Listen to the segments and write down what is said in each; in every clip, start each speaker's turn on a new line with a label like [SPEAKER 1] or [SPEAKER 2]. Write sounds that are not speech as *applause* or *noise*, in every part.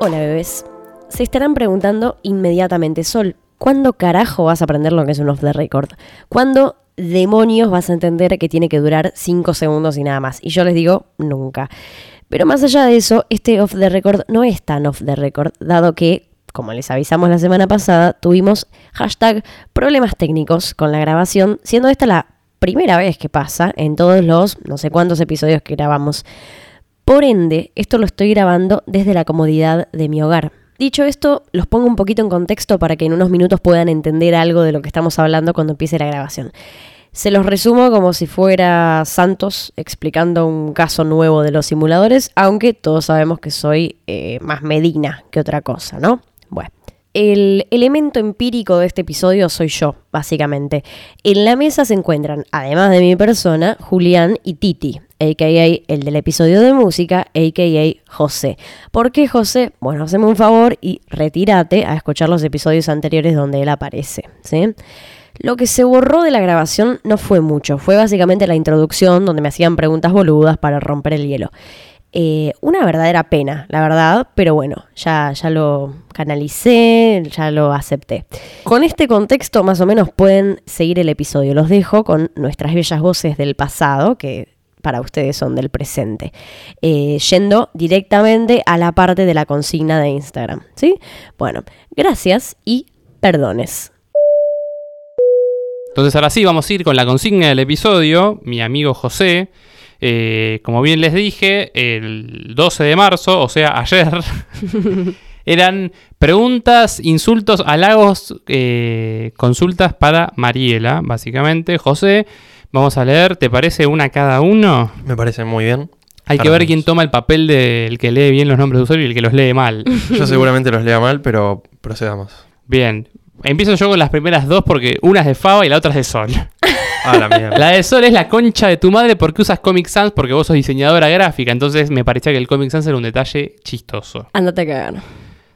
[SPEAKER 1] Hola bebés. Se estarán preguntando inmediatamente, Sol, ¿cuándo carajo vas a aprender lo que es un off the record? ¿Cuándo demonios vas a entender que tiene que durar 5 segundos y nada más? Y yo les digo, nunca. Pero más allá de eso, este off the record no es tan off the record, dado que, como les avisamos la semana pasada, tuvimos hashtag problemas técnicos con la grabación, siendo esta la primera vez que pasa en todos los no sé cuántos episodios que grabamos. Por ende, esto lo estoy grabando desde la comodidad de mi hogar. Dicho esto, los pongo un poquito en contexto para que en unos minutos puedan entender algo de lo que estamos hablando cuando empiece la grabación. Se los resumo como si fuera Santos explicando un caso nuevo de los simuladores, aunque todos sabemos que soy eh, más Medina que otra cosa, ¿no? Bueno. El elemento empírico de este episodio soy yo, básicamente. En la mesa se encuentran, además de mi persona, Julián y Titi, a.k.a. el del episodio de música, a.k.a. José. ¿Por qué José? Bueno, haceme un favor y retírate a escuchar los episodios anteriores donde él aparece, ¿sí? Lo que se borró de la grabación no fue mucho, fue básicamente la introducción donde me hacían preguntas boludas para romper el hielo. Eh, una verdadera pena, la verdad, pero bueno, ya, ya lo canalicé, ya lo acepté. Con este contexto más o menos pueden seguir el episodio. Los dejo con nuestras bellas voces del pasado, que para ustedes son del presente, eh, yendo directamente a la parte de la consigna de Instagram. ¿Sí? Bueno, gracias y perdones.
[SPEAKER 2] Entonces ahora sí, vamos a ir con la consigna del episodio, mi amigo José. Eh, como bien les dije, el 12 de marzo, o sea, ayer, eran preguntas, insultos, halagos, eh, consultas para Mariela, básicamente. José, vamos a leer, ¿te parece una cada uno?
[SPEAKER 3] Me parece
[SPEAKER 1] *laughs*
[SPEAKER 3] muy bien.
[SPEAKER 2] Hay que
[SPEAKER 3] Para
[SPEAKER 2] ver quién
[SPEAKER 3] nosotros.
[SPEAKER 2] toma el papel del que lee bien los nombres de usuario y el que los lee mal.
[SPEAKER 3] Yo seguramente los lea mal, pero procedamos.
[SPEAKER 2] Bien, empiezo yo con las primeras dos porque una es de Fava y la otra es de Sol.
[SPEAKER 3] Ah, *laughs* la mierda.
[SPEAKER 2] La de Sol es la concha de tu madre porque usas Comic Sans porque vos sos diseñadora gráfica. Entonces me parecía que el Comic Sans era un detalle chistoso.
[SPEAKER 1] Ándate a cagar.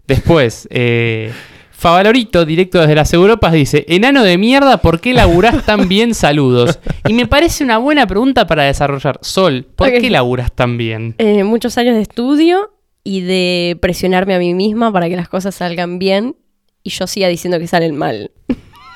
[SPEAKER 2] Después, eh, Favalorito, directo desde las Europas, dice: Enano de mierda, ¿por qué laburás tan bien? Saludos. Y me parece una buena pregunta para desarrollar. Sol, ¿por
[SPEAKER 1] Ok.
[SPEAKER 2] qué laburás tan bien?
[SPEAKER 1] Eh, muchos años de estudio y de presionarme a mí misma para que las cosas salgan bien y yo siga diciendo que salen mal.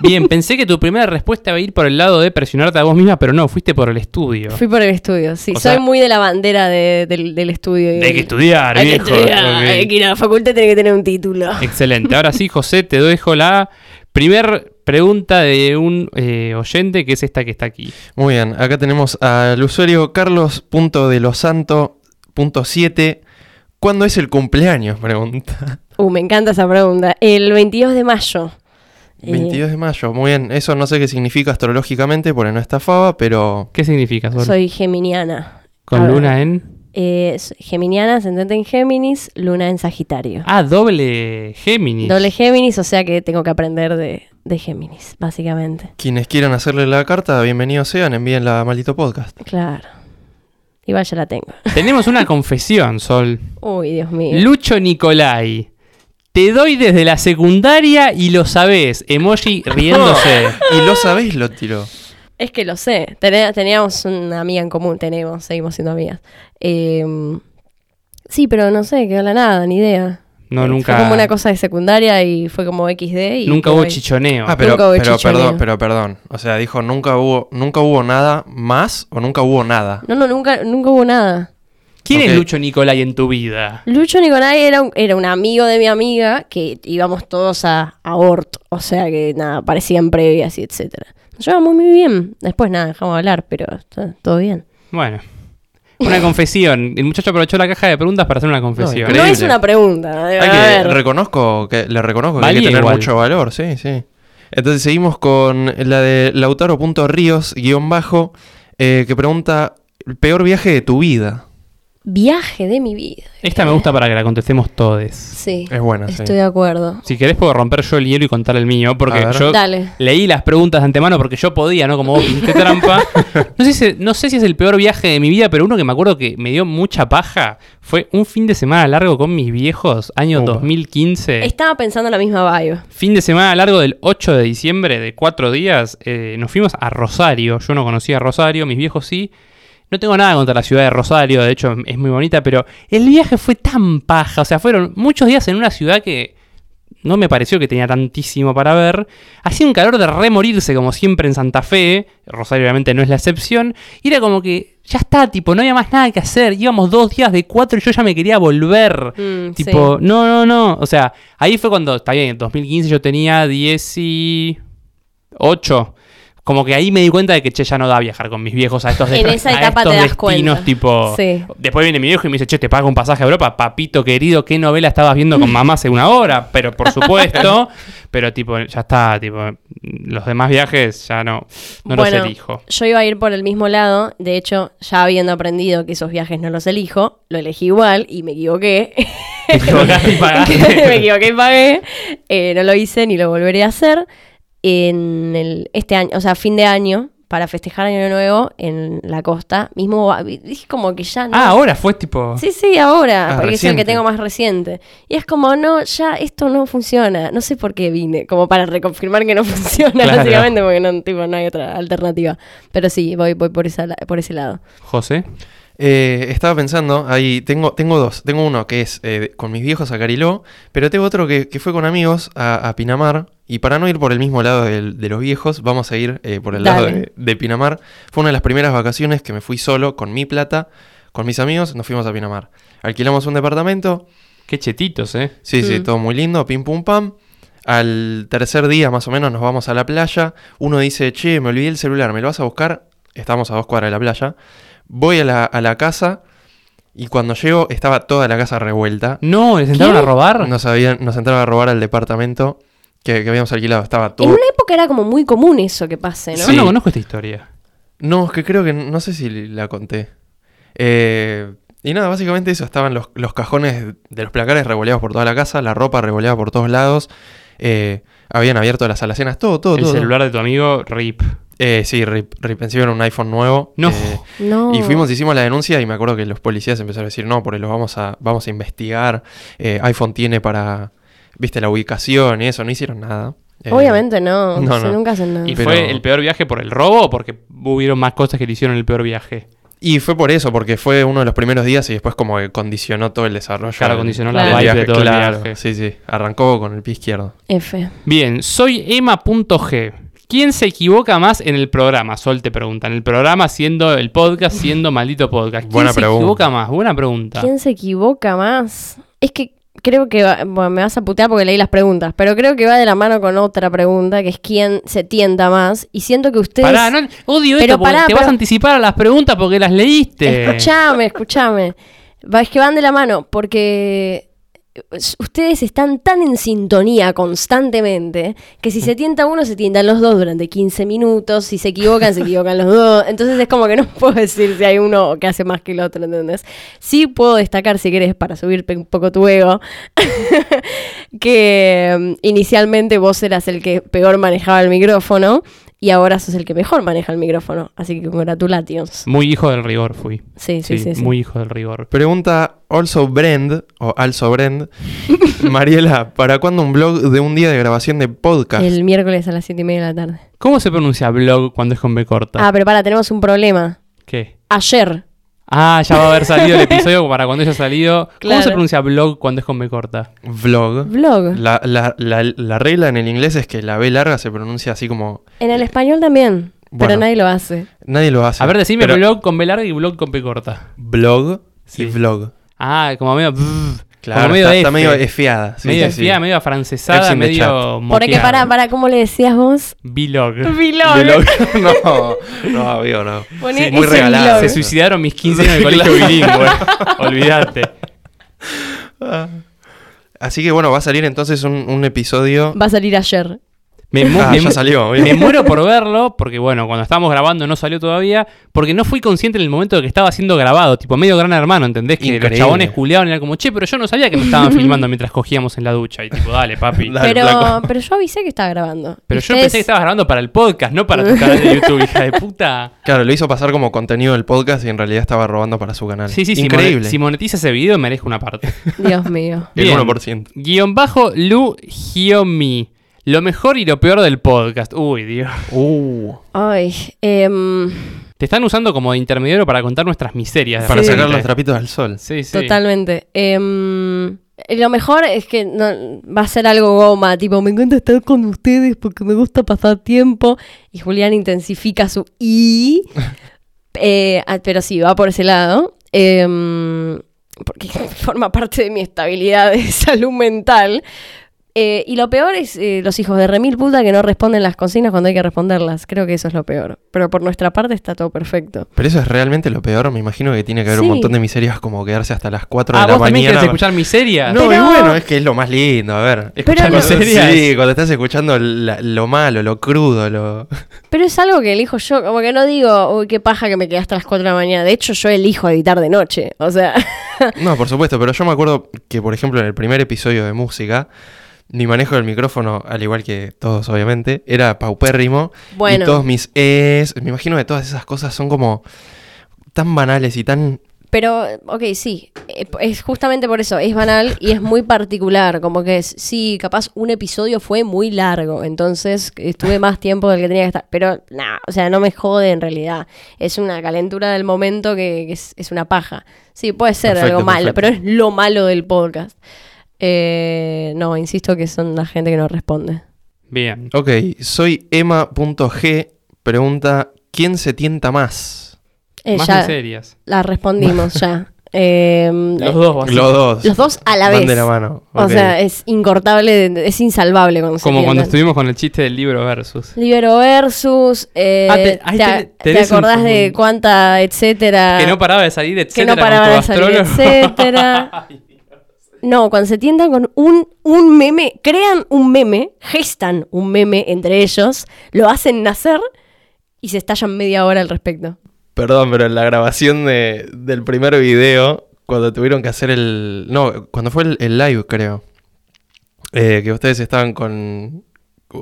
[SPEAKER 2] Bien, pensé que tu primera respuesta iba a ir por el lado de presionarte a vos misma, pero no, fuiste por el estudio.
[SPEAKER 1] Fui por el estudio, sí.
[SPEAKER 2] O
[SPEAKER 1] Soy
[SPEAKER 2] sea-
[SPEAKER 1] muy de la bandera de- del, del estudio. y-
[SPEAKER 2] Hay que estudiar,
[SPEAKER 1] Hay que
[SPEAKER 2] viejo.
[SPEAKER 1] estudiar,
[SPEAKER 2] Ok.
[SPEAKER 1] hay que ir a la facultad, tiene que tener un título.
[SPEAKER 2] Excelente. Ahora sí, José, te dejo la primer pregunta de un eh, oyente, que es esta que está aquí.
[SPEAKER 3] Muy bien, acá tenemos al usuario carlos.delosanto.7. ¿Cuándo es el cumpleaños? *laughs* Pregunta.
[SPEAKER 1] Uh, me encanta esa pregunta. El 22 de mayo. Eh,
[SPEAKER 3] 22 de mayo. Muy bien, eso no sé qué significa astrológicamente porque no está fava, pero
[SPEAKER 2] ¿Qué significa, Sol?
[SPEAKER 1] soy geminiana.
[SPEAKER 2] Con
[SPEAKER 1] a ver.
[SPEAKER 2] luna en...
[SPEAKER 1] Eh, soy geminiana, ascendente en Géminis, luna en Sagitario.
[SPEAKER 2] Ah, doble Géminis.
[SPEAKER 1] Doble Géminis, o sea que tengo que aprender de, de Géminis, básicamente.
[SPEAKER 3] quienes quieran hacerle la carta, bienvenidos sean, envíenla a maldito podcast.
[SPEAKER 1] Claro. Igual ya la tengo. *laughs*
[SPEAKER 2] Tenemos una confesión, Sol.
[SPEAKER 1] Uy, Dios mío.
[SPEAKER 2] Lucho Nicolai. Te doy desde la secundaria y lo sabés. Emoji riéndose.
[SPEAKER 1] *laughs*
[SPEAKER 3] Y
[SPEAKER 1] Ah.
[SPEAKER 3] lo sabéis, lo tiró.
[SPEAKER 1] Es que lo sé. Tené- Teníamos una amiga en común, tenemos, seguimos siendo amigas. Eh, sí, pero no sé, quedó la nada, ni idea.
[SPEAKER 2] No,
[SPEAKER 1] Fue
[SPEAKER 2] nunca.
[SPEAKER 1] como una cosa de secundaria y fue como XD. Y
[SPEAKER 2] Nunca
[SPEAKER 1] quedó
[SPEAKER 2] hubo
[SPEAKER 1] ahí.
[SPEAKER 2] chichoneo.
[SPEAKER 3] Ah, pero,
[SPEAKER 1] Nunca hubo
[SPEAKER 3] pero
[SPEAKER 1] chichoneo.
[SPEAKER 3] perdón, pero perdón. O sea, dijo nunca hubo, nunca hubo nada más o nunca hubo nada.
[SPEAKER 1] No, no, nunca, nunca hubo nada.
[SPEAKER 2] ¿Quién
[SPEAKER 3] ok.
[SPEAKER 2] es Lucho Nicolai en tu vida?
[SPEAKER 1] Lucho Nicolai era un, era un amigo de mi amiga que íbamos todos a, a Ort, o sea que nada, parecían previas y etcétera. Nos llevamos muy bien. Después nada, dejamos de hablar, pero está todo bien.
[SPEAKER 2] Bueno. Una confesión. El muchacho aprovechó la caja de preguntas para hacer una confesión.
[SPEAKER 3] increíble.
[SPEAKER 1] No es una pregunta. ¿eh? a
[SPEAKER 3] Hay que,
[SPEAKER 1] ver.
[SPEAKER 3] reconozco que, le reconozco que hay que
[SPEAKER 2] Valía
[SPEAKER 3] tener
[SPEAKER 2] igual.
[SPEAKER 3] mucho valor, sí, sí. Entonces seguimos con la de lautaro.ríos, guión bajo, eh, que pregunta, el peor viaje de tu vida.
[SPEAKER 1] Viaje de mi vida.
[SPEAKER 2] Esta me gusta para que la contestemos todos.
[SPEAKER 1] Sí.
[SPEAKER 3] Es buena, sí.
[SPEAKER 1] estoy de acuerdo.
[SPEAKER 2] Si querés puedo romper yo el hielo y contar el mío, porque
[SPEAKER 3] A ver.
[SPEAKER 2] yo
[SPEAKER 1] Dale.
[SPEAKER 2] leí las preguntas de antemano porque yo podía, ¿no? Como vos
[SPEAKER 3] *laughs*
[SPEAKER 2] hiciste trampa. No sé, si, no sé si es el peor viaje de mi vida, pero uno que me acuerdo que me dio mucha paja fue un fin de semana largo con mis viejos, año
[SPEAKER 3] Upa.
[SPEAKER 2] 2015.
[SPEAKER 1] Estaba pensando en la misma bio.
[SPEAKER 2] Fin de semana largo del 8 de diciembre, de cuatro días, eh, nos fuimos a Rosario. Yo no conocía a Rosario, mis viejos sí. No tengo nada contra la ciudad de Rosario, de hecho es muy bonita, pero el viaje fue tan paja. O sea, fueron muchos días en una ciudad que no me pareció que tenía tantísimo para ver. Hacía un calor de remorirse, como siempre en Santa Fe. Rosario obviamente no es la excepción. Y era como que ya está, tipo, no había más nada que hacer. Íbamos dos días de cuatro y yo ya me quería volver.
[SPEAKER 4] Mm,
[SPEAKER 2] Tipo, no, no, no. O sea, ahí fue cuando, está bien, en 2015 yo tenía 18. Como que ahí me di cuenta de que che, ya no da viajar con mis viejos a
[SPEAKER 4] *laughs*
[SPEAKER 2] estos,
[SPEAKER 4] En
[SPEAKER 2] destino-
[SPEAKER 4] esa
[SPEAKER 2] a
[SPEAKER 4] etapa
[SPEAKER 2] estos
[SPEAKER 4] te das
[SPEAKER 2] destinos,
[SPEAKER 4] cuenta.
[SPEAKER 2] tipo.
[SPEAKER 4] Sí.
[SPEAKER 2] Después viene mi viejo y me dice, che, te pago un pasaje a Europa. Papito querido, ¿qué novela estabas viendo con mamá hace una hora? Pero por
[SPEAKER 4] *laughs*
[SPEAKER 2] supuesto. pero tipo, ya está, tipo, los demás viajes ya no, no
[SPEAKER 4] Bueno,
[SPEAKER 2] los
[SPEAKER 4] *laughs*
[SPEAKER 2] elijo. *laughs*
[SPEAKER 4] Yo iba a ir por el mismo lado, de hecho, ya habiendo aprendido que esos viajes no los elijo, lo elegí igual y
[SPEAKER 2] *laughs*
[SPEAKER 4] me equivoqué.
[SPEAKER 2] Te equivocaste y pagaste.
[SPEAKER 4] *laughs* me equivoqué y pagué. Eh, no lo hice ni lo volveré a hacer. En el, este año, o sea, fin de año, para festejar Año Nuevo en la costa, mismo, es como que ya no.
[SPEAKER 2] Ah, ahora fue tipo.
[SPEAKER 4] Sí, sí, ahora,
[SPEAKER 3] Ah,
[SPEAKER 4] porque es el que
[SPEAKER 3] reciente.
[SPEAKER 4] tengo más reciente. Y es como, no, ya esto no funciona. No sé por qué vine, como para reconfirmar que no *laughs* funciona,
[SPEAKER 2] Claro.
[SPEAKER 4] básicamente, porque no, tipo, no hay otra alternativa. Pero sí, voy, voy por, esa, la- por ese lado.
[SPEAKER 2] José.
[SPEAKER 3] Eh, estaba pensando, ahí tengo, tengo dos. Tengo uno que es eh, con mis viejos a Cariló, pero tengo otro que, que fue con amigos a, a Pinamar. Y para no ir por el mismo lado del- de los viejos, vamos a ir eh, por el lado
[SPEAKER 4] Dale.
[SPEAKER 3] de, de Pinamar. Fue una de las primeras vacaciones que me fui solo, con mi plata, con mis amigos, nos fuimos a Pinamar. Alquilamos un departamento,
[SPEAKER 2] Qué chetitos, eh.
[SPEAKER 3] Sí, sí,
[SPEAKER 4] Mm.
[SPEAKER 3] todo muy lindo, pim pum pam. Al tercer día más o menos nos vamos a la playa. Uno dice, che, me olvidé el celular, ¿me lo vas a buscar? Estamos a dos cuadras de la playa. Voy a la, a la casa y cuando llego estaba toda la casa revuelta.
[SPEAKER 2] No, les entraron
[SPEAKER 4] ¿Qué?
[SPEAKER 2] a robar.
[SPEAKER 3] Nos, habían, nos entraron a robar al departamento que, que habíamos alquilado. Estaba
[SPEAKER 4] En
[SPEAKER 3] todo...
[SPEAKER 4] una época era como muy común eso que pase, ¿no?
[SPEAKER 2] Yo no
[SPEAKER 3] Sí.
[SPEAKER 2] conozco esta historia.
[SPEAKER 3] No, es que creo que no sé si la conté. Eh, y nada, básicamente eso, estaban los, los cajones de los placares revoleados por toda la casa, la ropa revoleada por todos lados, eh, habían abierto las alacenas, todo, todo,
[SPEAKER 2] El
[SPEAKER 3] todo.
[SPEAKER 2] celular de tu amigo, RIP.
[SPEAKER 3] Eh, sí, rip, rip, encima era un iPhone nuevo.
[SPEAKER 2] No.
[SPEAKER 3] eh,
[SPEAKER 4] No.
[SPEAKER 3] y fuimos, hicimos la denuncia y me acuerdo que los policías empezaron a decir, no, porque los vamos a, vamos a investigar, eh, iPhone tiene para, viste, la ubicación y eso, no hicieron nada. Eh,
[SPEAKER 4] Obviamente no,
[SPEAKER 3] no,
[SPEAKER 4] si
[SPEAKER 3] no.
[SPEAKER 4] nunca hacen nada.
[SPEAKER 2] ¿Y
[SPEAKER 3] Pero-
[SPEAKER 2] fue el peor viaje por el robo o porque hubieron más cosas que le hicieron el peor viaje?
[SPEAKER 3] Y fue por eso, porque fue uno de los primeros días y después como que condicionó todo el desarrollo.
[SPEAKER 2] Claro,
[SPEAKER 3] del-
[SPEAKER 2] condicionó
[SPEAKER 4] la
[SPEAKER 3] del
[SPEAKER 4] vibe
[SPEAKER 2] de todo el viaje.
[SPEAKER 3] Sí, sí. Arrancó con el pie izquierdo.
[SPEAKER 4] F.
[SPEAKER 2] Bien, soy Emma.g. ¿Quién se equivoca más en el programa? Sol te pregunta. En el programa, siendo el podcast, siendo maldito podcast. ¿Quién
[SPEAKER 3] Buena
[SPEAKER 2] se
[SPEAKER 3] pregunta.
[SPEAKER 2] equivoca más? Buena pregunta.
[SPEAKER 4] ¿Quién se equivoca más? Es que creo que va- bueno, me vas a putear porque leí las preguntas, pero creo que va de la mano con otra pregunta, que es quién se tienta más. Y siento que ustedes...
[SPEAKER 2] Pará, no, odio
[SPEAKER 4] Pero
[SPEAKER 2] esto porque
[SPEAKER 4] pará,
[SPEAKER 2] te vas
[SPEAKER 4] pero-
[SPEAKER 2] a anticipar a las preguntas porque las leíste.
[SPEAKER 4] Escuchame, escuchame. Va, Es que van de la mano, porque eh, s- ustedes están tan en sintonía constantemente que si se tienta uno, se tientan los dos durante 15 minutos. Si se equivocan, se equivocan los dos. Entonces es como que no *laughs* puedo decir si hay uno que hace más que el otro, ¿entendés? Sí puedo destacar, si querés, para subirte un poco tu ego, *laughs* que mm, inicialmente vos eras el que peor manejaba el micrófono. Y ahora sos el que mejor maneja el micrófono. Así que congratulations.
[SPEAKER 2] Muy hijo del rigor fui.
[SPEAKER 4] Sí, sí, sí. sí.
[SPEAKER 2] Muy hijo del rigor.
[SPEAKER 3] Pregunta also Brand, o also
[SPEAKER 2] *laughs*
[SPEAKER 3] Brand. Mariela, ¿para cuándo un blog de un día de grabación de podcast?
[SPEAKER 4] El miércoles a las 7 y media de la tarde.
[SPEAKER 2] ¿Cómo se pronuncia blog cuando es con B corta?
[SPEAKER 4] Ah, pero para, tenemos un problema.
[SPEAKER 2] ¿Qué?
[SPEAKER 4] Ayer.
[SPEAKER 2] Ah, ya va a haber salido el
[SPEAKER 4] *laughs*
[SPEAKER 2] episodio para cuando haya salido. ¿Cómo
[SPEAKER 4] Claro.
[SPEAKER 2] se pronuncia blog cuando es con B corta?
[SPEAKER 3] Vlog.
[SPEAKER 4] Vlog.
[SPEAKER 3] La, la- la- la regla en el inglés es que la B larga se pronuncia así como...
[SPEAKER 4] En el español también. Pero
[SPEAKER 3] Bueno.
[SPEAKER 4] nadie lo hace.
[SPEAKER 3] Nadie lo hace.
[SPEAKER 2] A ver, decime
[SPEAKER 3] Pero
[SPEAKER 2] blog con B larga y blog con B corta.
[SPEAKER 3] Blog
[SPEAKER 2] Sí.
[SPEAKER 3] y vlog.
[SPEAKER 2] Ah, como medio.
[SPEAKER 3] Claro,
[SPEAKER 2] como medio
[SPEAKER 3] está,
[SPEAKER 2] F.
[SPEAKER 3] está medio esfiada.
[SPEAKER 2] medio
[SPEAKER 3] sí, sí.
[SPEAKER 2] espiada, medio afrancesada,
[SPEAKER 3] Fs in the chat.
[SPEAKER 2] medio.
[SPEAKER 4] Porque
[SPEAKER 2] moqueada.
[SPEAKER 4] para, para, ¿cómo le decías vos?
[SPEAKER 2] Vlog.
[SPEAKER 4] Vlog.
[SPEAKER 3] Vlog. *laughs* no, no, amigo, no.
[SPEAKER 4] Poné
[SPEAKER 3] muy
[SPEAKER 4] ese
[SPEAKER 3] regalada.
[SPEAKER 4] vlog.
[SPEAKER 2] Se suicidaron mis 15 años en el colegio
[SPEAKER 3] *laughs*
[SPEAKER 2] bilingüe. Olvídate.
[SPEAKER 3] Así que bueno, va a salir entonces un, un episodio.
[SPEAKER 4] Va a salir ayer.
[SPEAKER 2] Me, mu-
[SPEAKER 3] Ah,
[SPEAKER 2] me
[SPEAKER 3] ya
[SPEAKER 2] mu-
[SPEAKER 3] salió. bien.
[SPEAKER 2] me muero por verlo, porque bueno, cuando estábamos grabando no salió todavía, porque no fui consciente en el momento de que estaba siendo grabado, tipo medio gran hermano, ¿entendés? Que
[SPEAKER 3] Increíble.
[SPEAKER 2] los chabones culeaban y era como, che, pero yo no sabía que me
[SPEAKER 3] *laughs*
[SPEAKER 2] estaban filmando mientras cogíamos en la ducha. Y tipo, dale, papi.
[SPEAKER 3] Dale,
[SPEAKER 4] pero,
[SPEAKER 3] flaco.
[SPEAKER 4] pero yo avisé que estaba grabando.
[SPEAKER 2] Pero
[SPEAKER 4] Y
[SPEAKER 2] yo
[SPEAKER 4] ustedes-
[SPEAKER 2] pensé que estabas grabando para el podcast, no para tu canal de YouTube, hija de puta.
[SPEAKER 3] Claro, lo hizo pasar como contenido del podcast y en realidad estaba robando para su canal.
[SPEAKER 2] Sí, sí, si
[SPEAKER 3] Increíble.
[SPEAKER 2] mone- Si monetiza ese video, merezco una parte. *laughs*
[SPEAKER 4] Dios mío.
[SPEAKER 3] El
[SPEAKER 2] Bien.
[SPEAKER 3] 1%.
[SPEAKER 2] Guión bajo Lu Hiomi.
[SPEAKER 3] Uh.
[SPEAKER 2] Lo mejor y lo peor del podcast. Uy, Dios.
[SPEAKER 4] Ay. em,
[SPEAKER 2] Te están usando como de intermediario para contar nuestras miserias. de
[SPEAKER 3] Para
[SPEAKER 4] Sí.
[SPEAKER 3] sacar
[SPEAKER 2] repente.
[SPEAKER 3] los trapitos al sol.
[SPEAKER 2] Sí, sí.
[SPEAKER 4] Totalmente. Em, lo mejor es que no, va a ser algo goma, tipo, me encanta estar con ustedes porque me gusta pasar tiempo. Y Julián intensifica su y. Eh, ah, pero sí, va por ese lado. Em, porque *laughs* forma parte de mi estabilidad de salud mental. Eh, y lo peor es eh, los hijos de Remil puta que no responden las consignas cuando hay que responderlas. Creo que eso es lo peor. Pero por nuestra parte está todo perfecto.
[SPEAKER 3] Pero eso es realmente lo peor. Me imagino que tiene que haber
[SPEAKER 4] Sí.
[SPEAKER 3] un montón de miserias como quedarse hasta las 4
[SPEAKER 2] Ah,
[SPEAKER 3] de la
[SPEAKER 2] vos también
[SPEAKER 3] mañana.
[SPEAKER 2] querés escuchar miserias.
[SPEAKER 3] No,
[SPEAKER 4] Pero-
[SPEAKER 3] y bueno, es que es lo más lindo, a ver.
[SPEAKER 2] Escuchar
[SPEAKER 4] Pero no-
[SPEAKER 2] miserias.
[SPEAKER 3] Sí, cuando estás escuchando la- lo malo, lo crudo,
[SPEAKER 4] *laughs*
[SPEAKER 3] lo...
[SPEAKER 4] Pero es algo que elijo yo, como que no digo, uy, qué paja que me quedé hasta las 4 de la mañana. De hecho, yo elijo editar de noche.
[SPEAKER 3] *laughs*
[SPEAKER 4] O sea,
[SPEAKER 3] No, por supuesto, pero yo me acuerdo que, por ejemplo, en el primer episodio de música, mi manejo del micrófono, al igual que todos, obviamente, era paupérrimo.
[SPEAKER 4] bueno.
[SPEAKER 3] Y todos mis es. Me imagino que todas esas cosas son como tan banales y tan.
[SPEAKER 4] Pero, ok, sí, eh, es justamente por eso, es banal y es muy particular, como que es- sí, capaz un episodio fue muy largo, entonces estuve más tiempo del que tenía que estar, pero nada, o sea, no me jode en realidad, es una calentura del momento que, que es, es una paja. Sí, puede ser
[SPEAKER 3] Perfecto,
[SPEAKER 4] algo malo,
[SPEAKER 3] perfecto.
[SPEAKER 4] pero es lo malo del podcast. Eh, no, insisto que son la gente que no responde.
[SPEAKER 2] Bien.
[SPEAKER 3] Ok, soy Emma.g. Pregunta: ¿Quién se tienta más?
[SPEAKER 4] Eh,
[SPEAKER 2] Más
[SPEAKER 4] ya
[SPEAKER 2] miserias.
[SPEAKER 4] la
[SPEAKER 2] *laughs*
[SPEAKER 4] respondimos ya. Eh,
[SPEAKER 2] Los dos,
[SPEAKER 3] Los dos.
[SPEAKER 4] los dos a la
[SPEAKER 3] Van
[SPEAKER 4] vez.
[SPEAKER 3] de la mano.
[SPEAKER 4] O
[SPEAKER 3] ok.
[SPEAKER 4] sea, es incortable, de- es insalvable cuando se
[SPEAKER 2] Como cuando
[SPEAKER 4] tientan.
[SPEAKER 2] estuvimos con el chiste del libro versus.
[SPEAKER 4] Libero versus, eh,
[SPEAKER 2] Ah, te-
[SPEAKER 4] te,
[SPEAKER 2] ahí tenés-
[SPEAKER 4] te
[SPEAKER 2] tenés un-
[SPEAKER 4] acordás de
[SPEAKER 2] un-
[SPEAKER 4] cuánta, etcétera.
[SPEAKER 2] Que no paraba de salir,
[SPEAKER 4] Ah. que
[SPEAKER 2] etcétera.
[SPEAKER 4] no paraba
[SPEAKER 2] con
[SPEAKER 4] de
[SPEAKER 2] tu
[SPEAKER 4] salir,
[SPEAKER 2] astrólogo. *laughs*
[SPEAKER 4] etcétera. No, cuando se tientan con un, un meme, crean un meme, gestan un meme entre ellos, lo hacen nacer y se estallan media hora al respecto.
[SPEAKER 3] Perdón, pero en la grabación de- del primer video, cuando tuvieron que hacer el. No, cuando fue el, el live, creo. eh, que ustedes estaban con.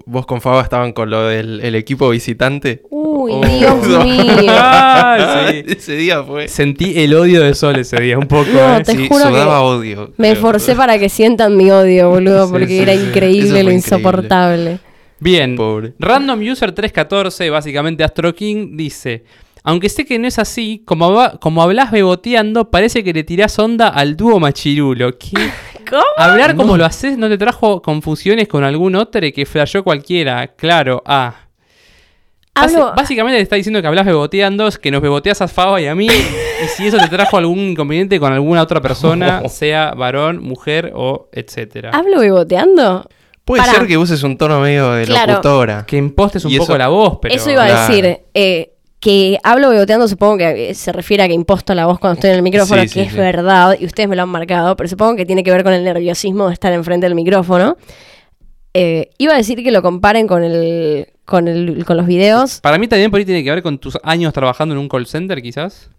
[SPEAKER 3] Vos con Faba estaban con lo del el equipo visitante.
[SPEAKER 4] Uy,
[SPEAKER 2] Oh.
[SPEAKER 4] Dios mío.
[SPEAKER 2] *laughs* Ah, sí.
[SPEAKER 3] *laughs* Ese día fue.
[SPEAKER 2] Sentí el odio de Sol ese día, un poco.
[SPEAKER 4] No,
[SPEAKER 2] ¿eh?
[SPEAKER 4] te
[SPEAKER 3] Sí,
[SPEAKER 4] juro que
[SPEAKER 3] sudaba odio.
[SPEAKER 4] Me
[SPEAKER 3] creo.
[SPEAKER 4] esforcé para que sientan mi odio, boludo,
[SPEAKER 2] Sí,
[SPEAKER 4] porque
[SPEAKER 2] sí,
[SPEAKER 4] era
[SPEAKER 2] sí.
[SPEAKER 3] Eso
[SPEAKER 4] increíble
[SPEAKER 3] fue
[SPEAKER 4] lo
[SPEAKER 3] increíble.
[SPEAKER 4] insoportable.
[SPEAKER 2] Bien.
[SPEAKER 3] Pobre.
[SPEAKER 2] Random User 314, básicamente Astro King, dice: Aunque sé que no es así, como, va- como hablas beboteando, parece que le tirás onda al dúo machirulo. ¿Qué?
[SPEAKER 4] *laughs* ¿Cómo?
[SPEAKER 2] Hablar como lo haces no te trajo confusiones con algún otro que flasheó cualquiera. Claro, ah. Basi-
[SPEAKER 4] Hablo,
[SPEAKER 2] Básicamente le está diciendo que hablas beboteando, es que nos beboteas a Faba y a mí. y si eso te trajo algún inconveniente con alguna otra *laughs* persona, sea varón, mujer o etcétera.
[SPEAKER 4] ¿Hablo beboteando?
[SPEAKER 3] Puede
[SPEAKER 4] Pará.
[SPEAKER 3] ser que uses un tono medio de
[SPEAKER 4] Claro.
[SPEAKER 3] locutora.
[SPEAKER 2] Que impostes un
[SPEAKER 3] Y
[SPEAKER 2] poco
[SPEAKER 3] eso-
[SPEAKER 2] la voz, pero.
[SPEAKER 4] Eso iba a
[SPEAKER 3] Claro.
[SPEAKER 4] decir. eh, que hablo beboteando, supongo que eh, se refiere a que imposto la voz cuando estoy en el micrófono,
[SPEAKER 3] Sí, sí,
[SPEAKER 4] que es
[SPEAKER 3] sí.
[SPEAKER 4] verdad, y ustedes me lo han marcado, pero supongo que tiene que ver con el nerviosismo de estar enfrente del micrófono. Eh, iba a decir que lo comparen con el, con el, con los videos.
[SPEAKER 2] Para mí también por ahí tiene que ver con tus años trabajando en un call center, quizás.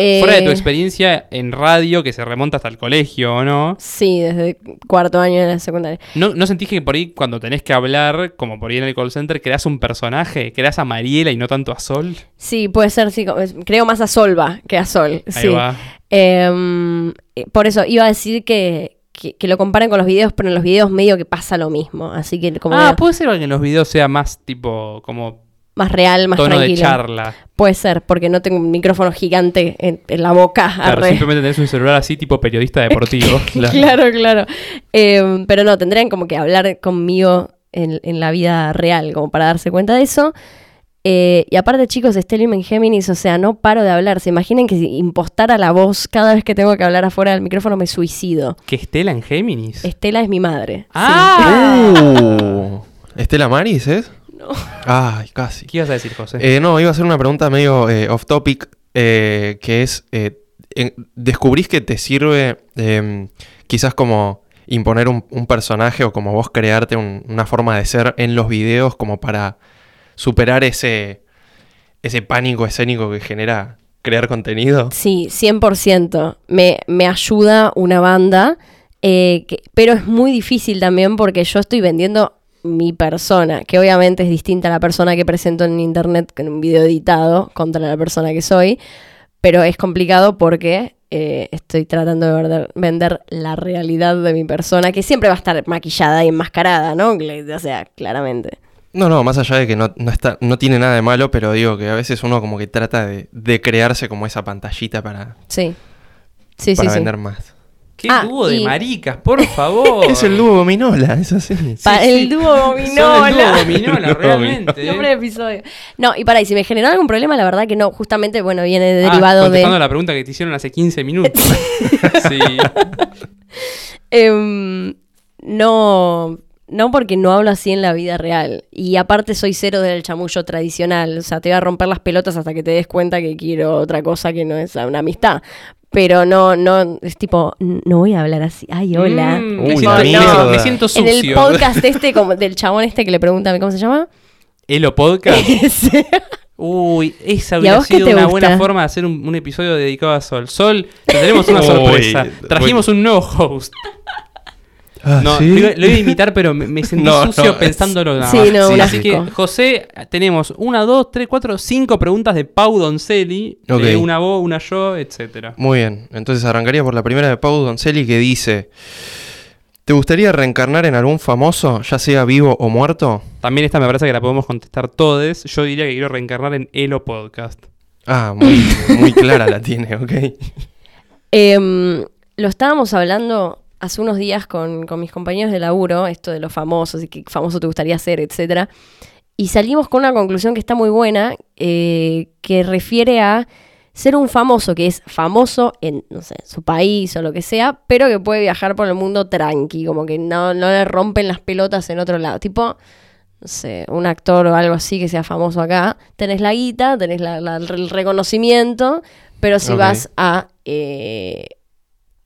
[SPEAKER 4] Eh,
[SPEAKER 2] Fuera de tu experiencia en radio, que se remonta hasta el colegio, ¿o no?
[SPEAKER 4] Sí, desde cuarto año de la secundaria.
[SPEAKER 2] ¿No, ¿No sentís que por ahí cuando tenés que hablar, como por ahí en el call center, creas un personaje? ¿Creas a Mariela y no tanto a Sol?
[SPEAKER 4] Sí, puede ser, sí, como- creo más a Solva que a Sol.
[SPEAKER 2] Ahí
[SPEAKER 4] sí.
[SPEAKER 2] va.
[SPEAKER 4] Em, eh, por eso iba a decir que, que, que lo comparan con los videos, pero en los videos medio que pasa lo mismo. Así que como
[SPEAKER 2] ah,
[SPEAKER 4] que
[SPEAKER 2] puede ser que en los videos sea más tipo, como
[SPEAKER 4] más real, más
[SPEAKER 2] tono de
[SPEAKER 4] tranquilo.
[SPEAKER 2] charla.
[SPEAKER 4] Puede ser, porque no tengo un micrófono gigante en, en la boca.
[SPEAKER 2] Claro,
[SPEAKER 4] *laughs* arre.
[SPEAKER 2] simplemente tenés un celular así tipo periodista
[SPEAKER 4] *laughs*
[SPEAKER 2] deportivo.
[SPEAKER 4] claro, claro. Em, pero no, tendrían como que hablar conmigo en, en la vida real, como para darse cuenta de eso. Eh, y aparte, chicos, Stellium en Géminis, o sea, no paro de hablar. Se imaginen que si impostara la voz cada vez que tengo que hablar afuera del micrófono, me suicido.
[SPEAKER 2] ¿Que Estela en Géminis?
[SPEAKER 4] Estela es mi madre.
[SPEAKER 2] ¡Ah!
[SPEAKER 3] Uh. ¿Estela Maris es?
[SPEAKER 4] No.
[SPEAKER 3] Ay, casi.
[SPEAKER 2] ¿Qué ibas a decir, José?
[SPEAKER 3] Eh, no, iba a hacer una pregunta medio eh, off topic, eh, que es, eh, en- ¿descubrís que te sirve eh, quizás como imponer un, un personaje o como vos crearte un- una forma de ser en los videos como para superar ese, ese pánico escénico que genera crear contenido?
[SPEAKER 4] Sí, 100%. Me, me ayuda una banda, eh, que- pero es muy difícil también porque yo estoy vendiendo mi persona, que obviamente es distinta a la persona que presento en internet con un video editado contra la persona que soy, pero es complicado porque eh, estoy tratando de vender, vender la realidad de mi persona, que siempre va a estar maquillada y enmascarada, ¿no? O sea, claramente.
[SPEAKER 3] No, no, más allá de que no, no está, no tiene nada de malo, pero digo que a veces uno como que trata de, de crearse como esa pantallita para,
[SPEAKER 4] Sí. Sí,
[SPEAKER 3] para
[SPEAKER 4] sí, sí.
[SPEAKER 3] vender más.
[SPEAKER 2] ¡Qué
[SPEAKER 4] Ah,
[SPEAKER 2] dúo de
[SPEAKER 4] y-
[SPEAKER 2] maricas,
[SPEAKER 4] *laughs*
[SPEAKER 2] por favor!
[SPEAKER 3] Es el dúo Gominola, es así.
[SPEAKER 4] Pa-
[SPEAKER 2] sí.
[SPEAKER 4] El
[SPEAKER 2] *laughs*
[SPEAKER 4] dúo
[SPEAKER 2] Son el dúo
[SPEAKER 4] Gominola.
[SPEAKER 2] Gominola, realmente. ¿eh?
[SPEAKER 4] Nombre de episodio. No, y para, y si me generó algún problema, la verdad que no, justamente, bueno, viene
[SPEAKER 2] Ah,
[SPEAKER 4] derivado de...
[SPEAKER 2] contestando la pregunta que te hicieron hace 15
[SPEAKER 4] *laughs*
[SPEAKER 2] minutos. *laughs* sí.
[SPEAKER 4] Em, no, no porque no hablo así en la vida real. Y aparte soy cero del chamullo tradicional. O sea, te voy a romper las pelotas hasta que te des cuenta que quiero otra cosa que no es una amistad. Pero no, no, es tipo, "N- no voy a hablar así. Ay, hola.
[SPEAKER 2] Mm,
[SPEAKER 3] Uy,
[SPEAKER 2] me, siento,
[SPEAKER 4] la
[SPEAKER 2] me
[SPEAKER 3] mierda.
[SPEAKER 2] siento
[SPEAKER 4] en
[SPEAKER 2] sucio. *laughs*
[SPEAKER 4] el podcast este, como del chabón este que le preguntan, ¿cómo se llama?
[SPEAKER 2] ¿Elo podcast?
[SPEAKER 4] *laughs* Ese.
[SPEAKER 2] Uy, esa
[SPEAKER 4] ¿Y a
[SPEAKER 2] hubiera
[SPEAKER 4] vos qué
[SPEAKER 2] sido
[SPEAKER 4] te
[SPEAKER 2] una
[SPEAKER 4] gusta?
[SPEAKER 2] buena forma de hacer un, un episodio dedicado a Sol. Sol, te tenemos *laughs* una
[SPEAKER 3] Uy,
[SPEAKER 2] sorpresa. Trajimos un nuevo host.
[SPEAKER 3] Ah,
[SPEAKER 2] No,
[SPEAKER 3] ¿sí?
[SPEAKER 2] lo, iba- lo iba a imitar, pero me, me sentí
[SPEAKER 3] *laughs* No, no,
[SPEAKER 2] sucio
[SPEAKER 3] es-
[SPEAKER 2] pensándolo nada
[SPEAKER 4] Sí,
[SPEAKER 2] más.
[SPEAKER 4] no,
[SPEAKER 3] Sí, un
[SPEAKER 2] Así que,
[SPEAKER 4] asco.
[SPEAKER 2] José, tenemos una, dos, tres, cuatro, cinco preguntas de Pau Doncelli. de
[SPEAKER 3] Ok.
[SPEAKER 2] una vos, una yo, etcétera.
[SPEAKER 3] Muy bien, entonces arrancaría por la primera de Pau Doncelli que dice: ¿Te gustaría reencarnar en algún famoso, ya sea vivo o muerto?
[SPEAKER 2] También esta me parece que la podemos contestar todos. Yo diría que quiero reencarnar en Elo Podcast.
[SPEAKER 3] Ah,
[SPEAKER 4] *laughs*
[SPEAKER 3] muy, muy clara la tiene, ok.
[SPEAKER 4] Em, lo estábamos hablando hace unos días con, con mis compañeros de laburo, esto de los famosos y qué famoso te gustaría ser, etcétera Y salimos con una conclusión que está muy buena, eh, que refiere a ser un famoso, que es famoso en, no sé, su país o lo que sea, pero que puede viajar por el mundo tranqui, como que no, no le rompen las pelotas en otro lado. Tipo, no sé, un actor o algo así que sea famoso acá, tenés la guita, tenés la- la- el reconocimiento, pero si
[SPEAKER 3] Ok.
[SPEAKER 4] vas a, eh,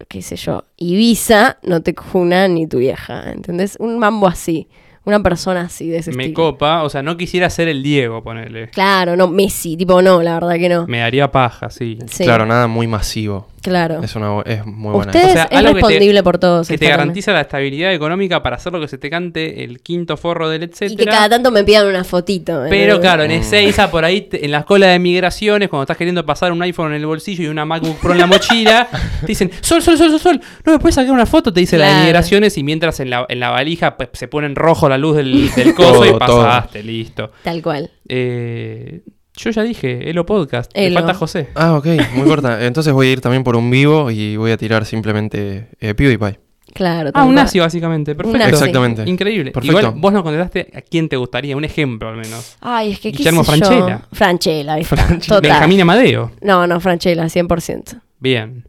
[SPEAKER 4] qué sé yo, Ibiza, no te cuna ni tu vieja, ¿entendés? Un mambo así, una persona así de ese
[SPEAKER 2] Me
[SPEAKER 4] estilo.
[SPEAKER 2] copa. O sea, no quisiera ser el Diego, ponele.
[SPEAKER 4] Claro, no, Messi, tipo no, la verdad que no.
[SPEAKER 2] Me daría paja, sí.
[SPEAKER 4] Sí,
[SPEAKER 3] Claro, nada muy masivo.
[SPEAKER 4] claro.
[SPEAKER 3] Es, una, bu- es muy buena.
[SPEAKER 4] Ustedes
[SPEAKER 2] O sea,
[SPEAKER 4] es
[SPEAKER 2] algo que te-
[SPEAKER 4] respondible por todos.
[SPEAKER 2] Que te
[SPEAKER 4] está
[SPEAKER 2] garantiza la estabilidad económica para hacer lo que se te cante el quinto forro del
[SPEAKER 4] también. Y que
[SPEAKER 2] etcétera.
[SPEAKER 4] cada tanto me pidan una fotito.
[SPEAKER 2] Pero
[SPEAKER 4] ¿entendés?
[SPEAKER 2] claro, en
[SPEAKER 3] Mm.
[SPEAKER 2] Ezeiza, por ahí, te- en las colas de migraciones, cuando estás queriendo pasar un iPhone en el bolsillo y una MacBook Pro en la mochila, te dicen, sol, sol, sol, sol, sol, no me puedes sacar una foto, te dice la de
[SPEAKER 4] Claro.
[SPEAKER 2] migraciones, y mientras en la, en la valija pues, se pone en rojo la luz del, del coso y
[SPEAKER 3] Todo, todo.
[SPEAKER 2] pasaste, listo.
[SPEAKER 4] Tal cual.
[SPEAKER 2] Eh, yo ya dije, Elo Podcast, me
[SPEAKER 4] Elo.
[SPEAKER 2] falta José.
[SPEAKER 3] Ah, ok, muy corta. Entonces voy a ir también por un vivo y voy a tirar simplemente eh, PewDiePie.
[SPEAKER 4] Claro.
[SPEAKER 2] Ah,
[SPEAKER 4] tal
[SPEAKER 2] un
[SPEAKER 4] cual.
[SPEAKER 2] nazi básicamente, perfecto.
[SPEAKER 4] nazi.
[SPEAKER 3] Exactamente.
[SPEAKER 2] Increíble.
[SPEAKER 3] Perfecto.
[SPEAKER 2] Igual vos nos contestaste a quién te gustaría, un ejemplo al menos.
[SPEAKER 4] Ay, es que qué
[SPEAKER 2] Guillermo
[SPEAKER 4] sé yo.
[SPEAKER 2] Francella.
[SPEAKER 4] Francella, ahí está, total.
[SPEAKER 2] Benjamín Amadeo.
[SPEAKER 4] No, no, Francella, 100%.
[SPEAKER 2] Bien.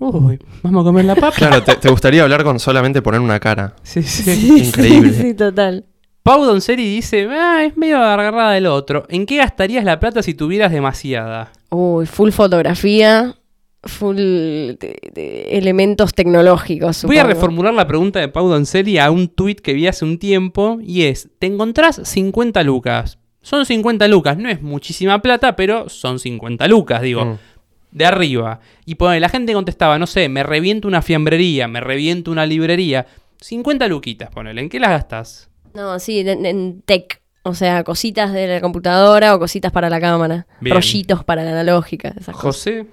[SPEAKER 2] Uy, vamos a comer la papa.
[SPEAKER 3] Claro, te, te gustaría hablar con solamente poner una cara.
[SPEAKER 2] Sí, *laughs* sí.
[SPEAKER 3] Increíble.
[SPEAKER 4] Sí, *laughs* total.
[SPEAKER 2] Pau Doncelli dice, "Ah, es medio agarrada del otro. ¿En qué gastarías la plata si tuvieras demasiada?
[SPEAKER 4] Uy, full fotografía, full de- de elementos tecnológicos.
[SPEAKER 2] Voy a
[SPEAKER 4] supongo.
[SPEAKER 2] reformular la pregunta de Pau Doncelli a un tuit que vi hace un tiempo y es, ¿te encontrás 50 lucas? Son 50 lucas, no es muchísima plata, pero son 50 lucas, digo,
[SPEAKER 3] Mm.
[SPEAKER 2] de arriba. Y ponele, la gente contestaba, no sé, me reviento una fiambrería, me reviento una librería. 50 luquitas, ponele, ¿en qué las gastas?
[SPEAKER 4] No, sí, en, en tech. O sea, cositas de la computadora o cositas para la cámara.
[SPEAKER 2] Bien.
[SPEAKER 4] Rollitos para la analógica. Esas cosas.
[SPEAKER 2] José,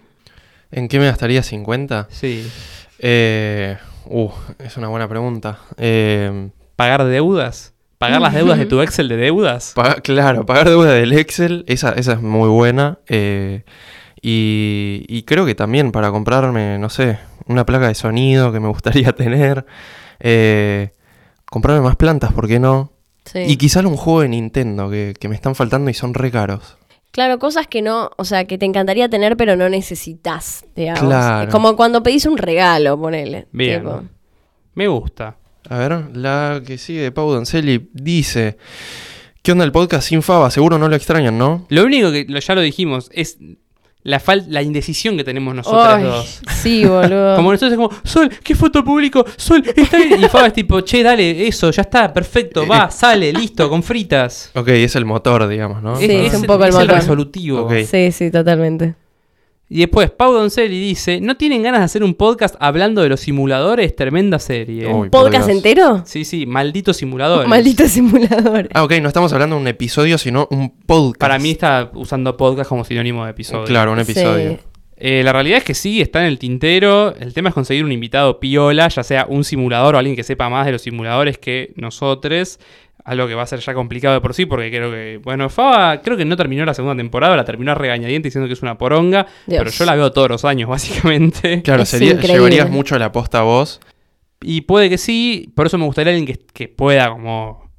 [SPEAKER 3] ¿En qué me gastaría 50?
[SPEAKER 2] sí.
[SPEAKER 3] Eh, uh, es una buena pregunta. Eh,
[SPEAKER 2] ¿Pagar deudas? ¿Pagar las deudas de tu Excel de deudas?
[SPEAKER 3] Paga- claro, pagar deuda del Excel, esa, esa es muy buena. eh, y, y creo que también para comprarme, no sé, una placa de sonido que me gustaría *laughs* tener. eh, comprarme más plantas, ¿por qué no?
[SPEAKER 4] Sí.
[SPEAKER 3] Y quizás un juego de Nintendo que, que me están faltando y son re caros.
[SPEAKER 4] Claro, cosas que no, o sea, que te encantaría tener, pero no necesitas, digamos.
[SPEAKER 3] Claro.
[SPEAKER 4] Como cuando pedís un regalo, ponele.
[SPEAKER 2] Bien.
[SPEAKER 4] tipo.
[SPEAKER 2] Me gusta.
[SPEAKER 3] A ver, la que sigue de Pau Doncelli dice: ¿Qué onda el podcast sin Faba? Seguro no lo extrañan, ¿no?
[SPEAKER 2] Lo único que lo- ya lo dijimos es la, fal- la indecisión que tenemos nosotros
[SPEAKER 4] Ay,
[SPEAKER 2] dos. *laughs*
[SPEAKER 4] Sí, boludo.
[SPEAKER 2] Como nosotros es como, Sol, ¿qué foto público? Sol, está bien. Y Faba es tipo, che, dale, eso, ya está,
[SPEAKER 3] Eh,
[SPEAKER 2] perfecto, va, sale, listo, con fritas.
[SPEAKER 3] Ok, es el motor, digamos, ¿no?
[SPEAKER 4] Sí, es un poco el
[SPEAKER 2] es el
[SPEAKER 4] motor.
[SPEAKER 2] resolutivo.
[SPEAKER 3] Ah. Ok.
[SPEAKER 4] Sí, sí, totalmente.
[SPEAKER 2] Y después, Pau Doncelli dice, ¿no tienen ganas de hacer un podcast hablando de los simuladores? Tremenda serie.
[SPEAKER 3] Uy, por
[SPEAKER 4] ¿Podcast
[SPEAKER 3] Dios.
[SPEAKER 4] entero?
[SPEAKER 2] Sí, sí, malditos
[SPEAKER 4] *laughs*
[SPEAKER 2] simuladores.
[SPEAKER 4] Malditos simuladores.
[SPEAKER 3] Ah, ok, no estamos hablando de un episodio, sino un podcast.
[SPEAKER 2] Para mí está usando podcast como sinónimo de episodio.
[SPEAKER 3] Claro, Ah, un episodio.
[SPEAKER 4] Sí.
[SPEAKER 2] Eh, la realidad es que sí, está en el tintero. El tema es conseguir un invitado piola, ya sea un simulador o alguien que sepa más de los simuladores que nosotros. Algo que va a ser ya complicado de por sí, porque creo que. Bueno, Faba creo que no terminó la segunda temporada, la terminó a regañadiente diciendo que es una poronga,
[SPEAKER 4] Dios.
[SPEAKER 2] pero yo la veo todos los años, *laughs* básicamente.
[SPEAKER 3] Claro,
[SPEAKER 4] Es
[SPEAKER 3] sería-
[SPEAKER 4] increíble.
[SPEAKER 3] llevarías mucho la posta vos.
[SPEAKER 2] Y puede que sí, por eso me gustaría alguien que, que pueda como...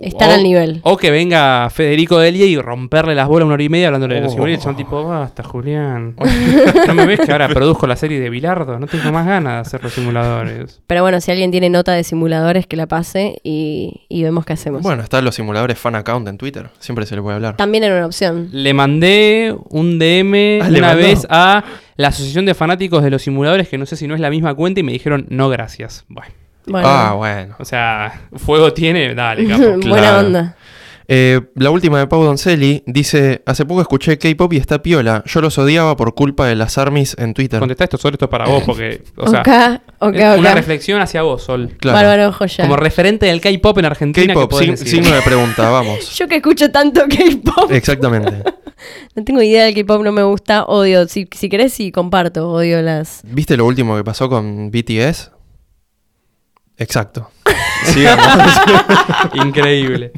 [SPEAKER 4] Estar
[SPEAKER 2] o-
[SPEAKER 4] al nivel.
[SPEAKER 2] O que venga Federico Delia y romperle las bolas una hora y media hablándole de los
[SPEAKER 3] Oh.
[SPEAKER 2] Simuliers. Son tipo, basta,
[SPEAKER 3] *laughs*
[SPEAKER 2] Julián. *laughs* No me ves que ahora produzco la serie de Bilardo. No tengo más ganas de hacer los simuladores.
[SPEAKER 4] Pero bueno, si alguien tiene nota de simuladores, que la pase y, y vemos qué hacemos.
[SPEAKER 3] Bueno, están los simuladores fan account en Twitter. Siempre se le puede hablar.
[SPEAKER 4] También era una opción.
[SPEAKER 2] Le mandé un DM
[SPEAKER 3] Ah, ¿le
[SPEAKER 2] una
[SPEAKER 3] mandó?
[SPEAKER 2] vez a la Asociación de Fanáticos de los Simuladores, que no sé si no es la misma cuenta, y me dijeron, no, gracias. Bueno,
[SPEAKER 4] Bueno,
[SPEAKER 3] Ah, bueno.
[SPEAKER 2] o sea, fuego tiene, dale,
[SPEAKER 3] *laughs*
[SPEAKER 2] capo.
[SPEAKER 4] *laughs* buena
[SPEAKER 3] claro.
[SPEAKER 4] onda.
[SPEAKER 3] Eh, la última de Pau Doncelli dice: Hace poco escuché K-pop y está piola. Yo los odiaba por culpa de las armies en Twitter.
[SPEAKER 2] Contestá esto, Sol, esto es para vos, porque,
[SPEAKER 3] *laughs*
[SPEAKER 2] o sea,
[SPEAKER 4] ok, ok,
[SPEAKER 2] es una
[SPEAKER 4] ok.
[SPEAKER 2] reflexión hacia vos, Sol.
[SPEAKER 3] Claro.
[SPEAKER 4] Bárbaro joya.
[SPEAKER 2] Como referente del K-pop en Argentina.
[SPEAKER 3] K-pop,
[SPEAKER 2] que
[SPEAKER 3] sin- signo de pregunta,
[SPEAKER 2] *laughs*
[SPEAKER 3] vamos.
[SPEAKER 4] Yo que escucho tanto K-pop. *laughs*
[SPEAKER 3] Eh. Exactamente.
[SPEAKER 4] No tengo idea del K-pop, no me gusta, odio. Si, si querés, sí, comparto, odio las.
[SPEAKER 3] ¿Viste lo último que pasó con BTS? Exacto. Sigamos.
[SPEAKER 2] *laughs* Increíble.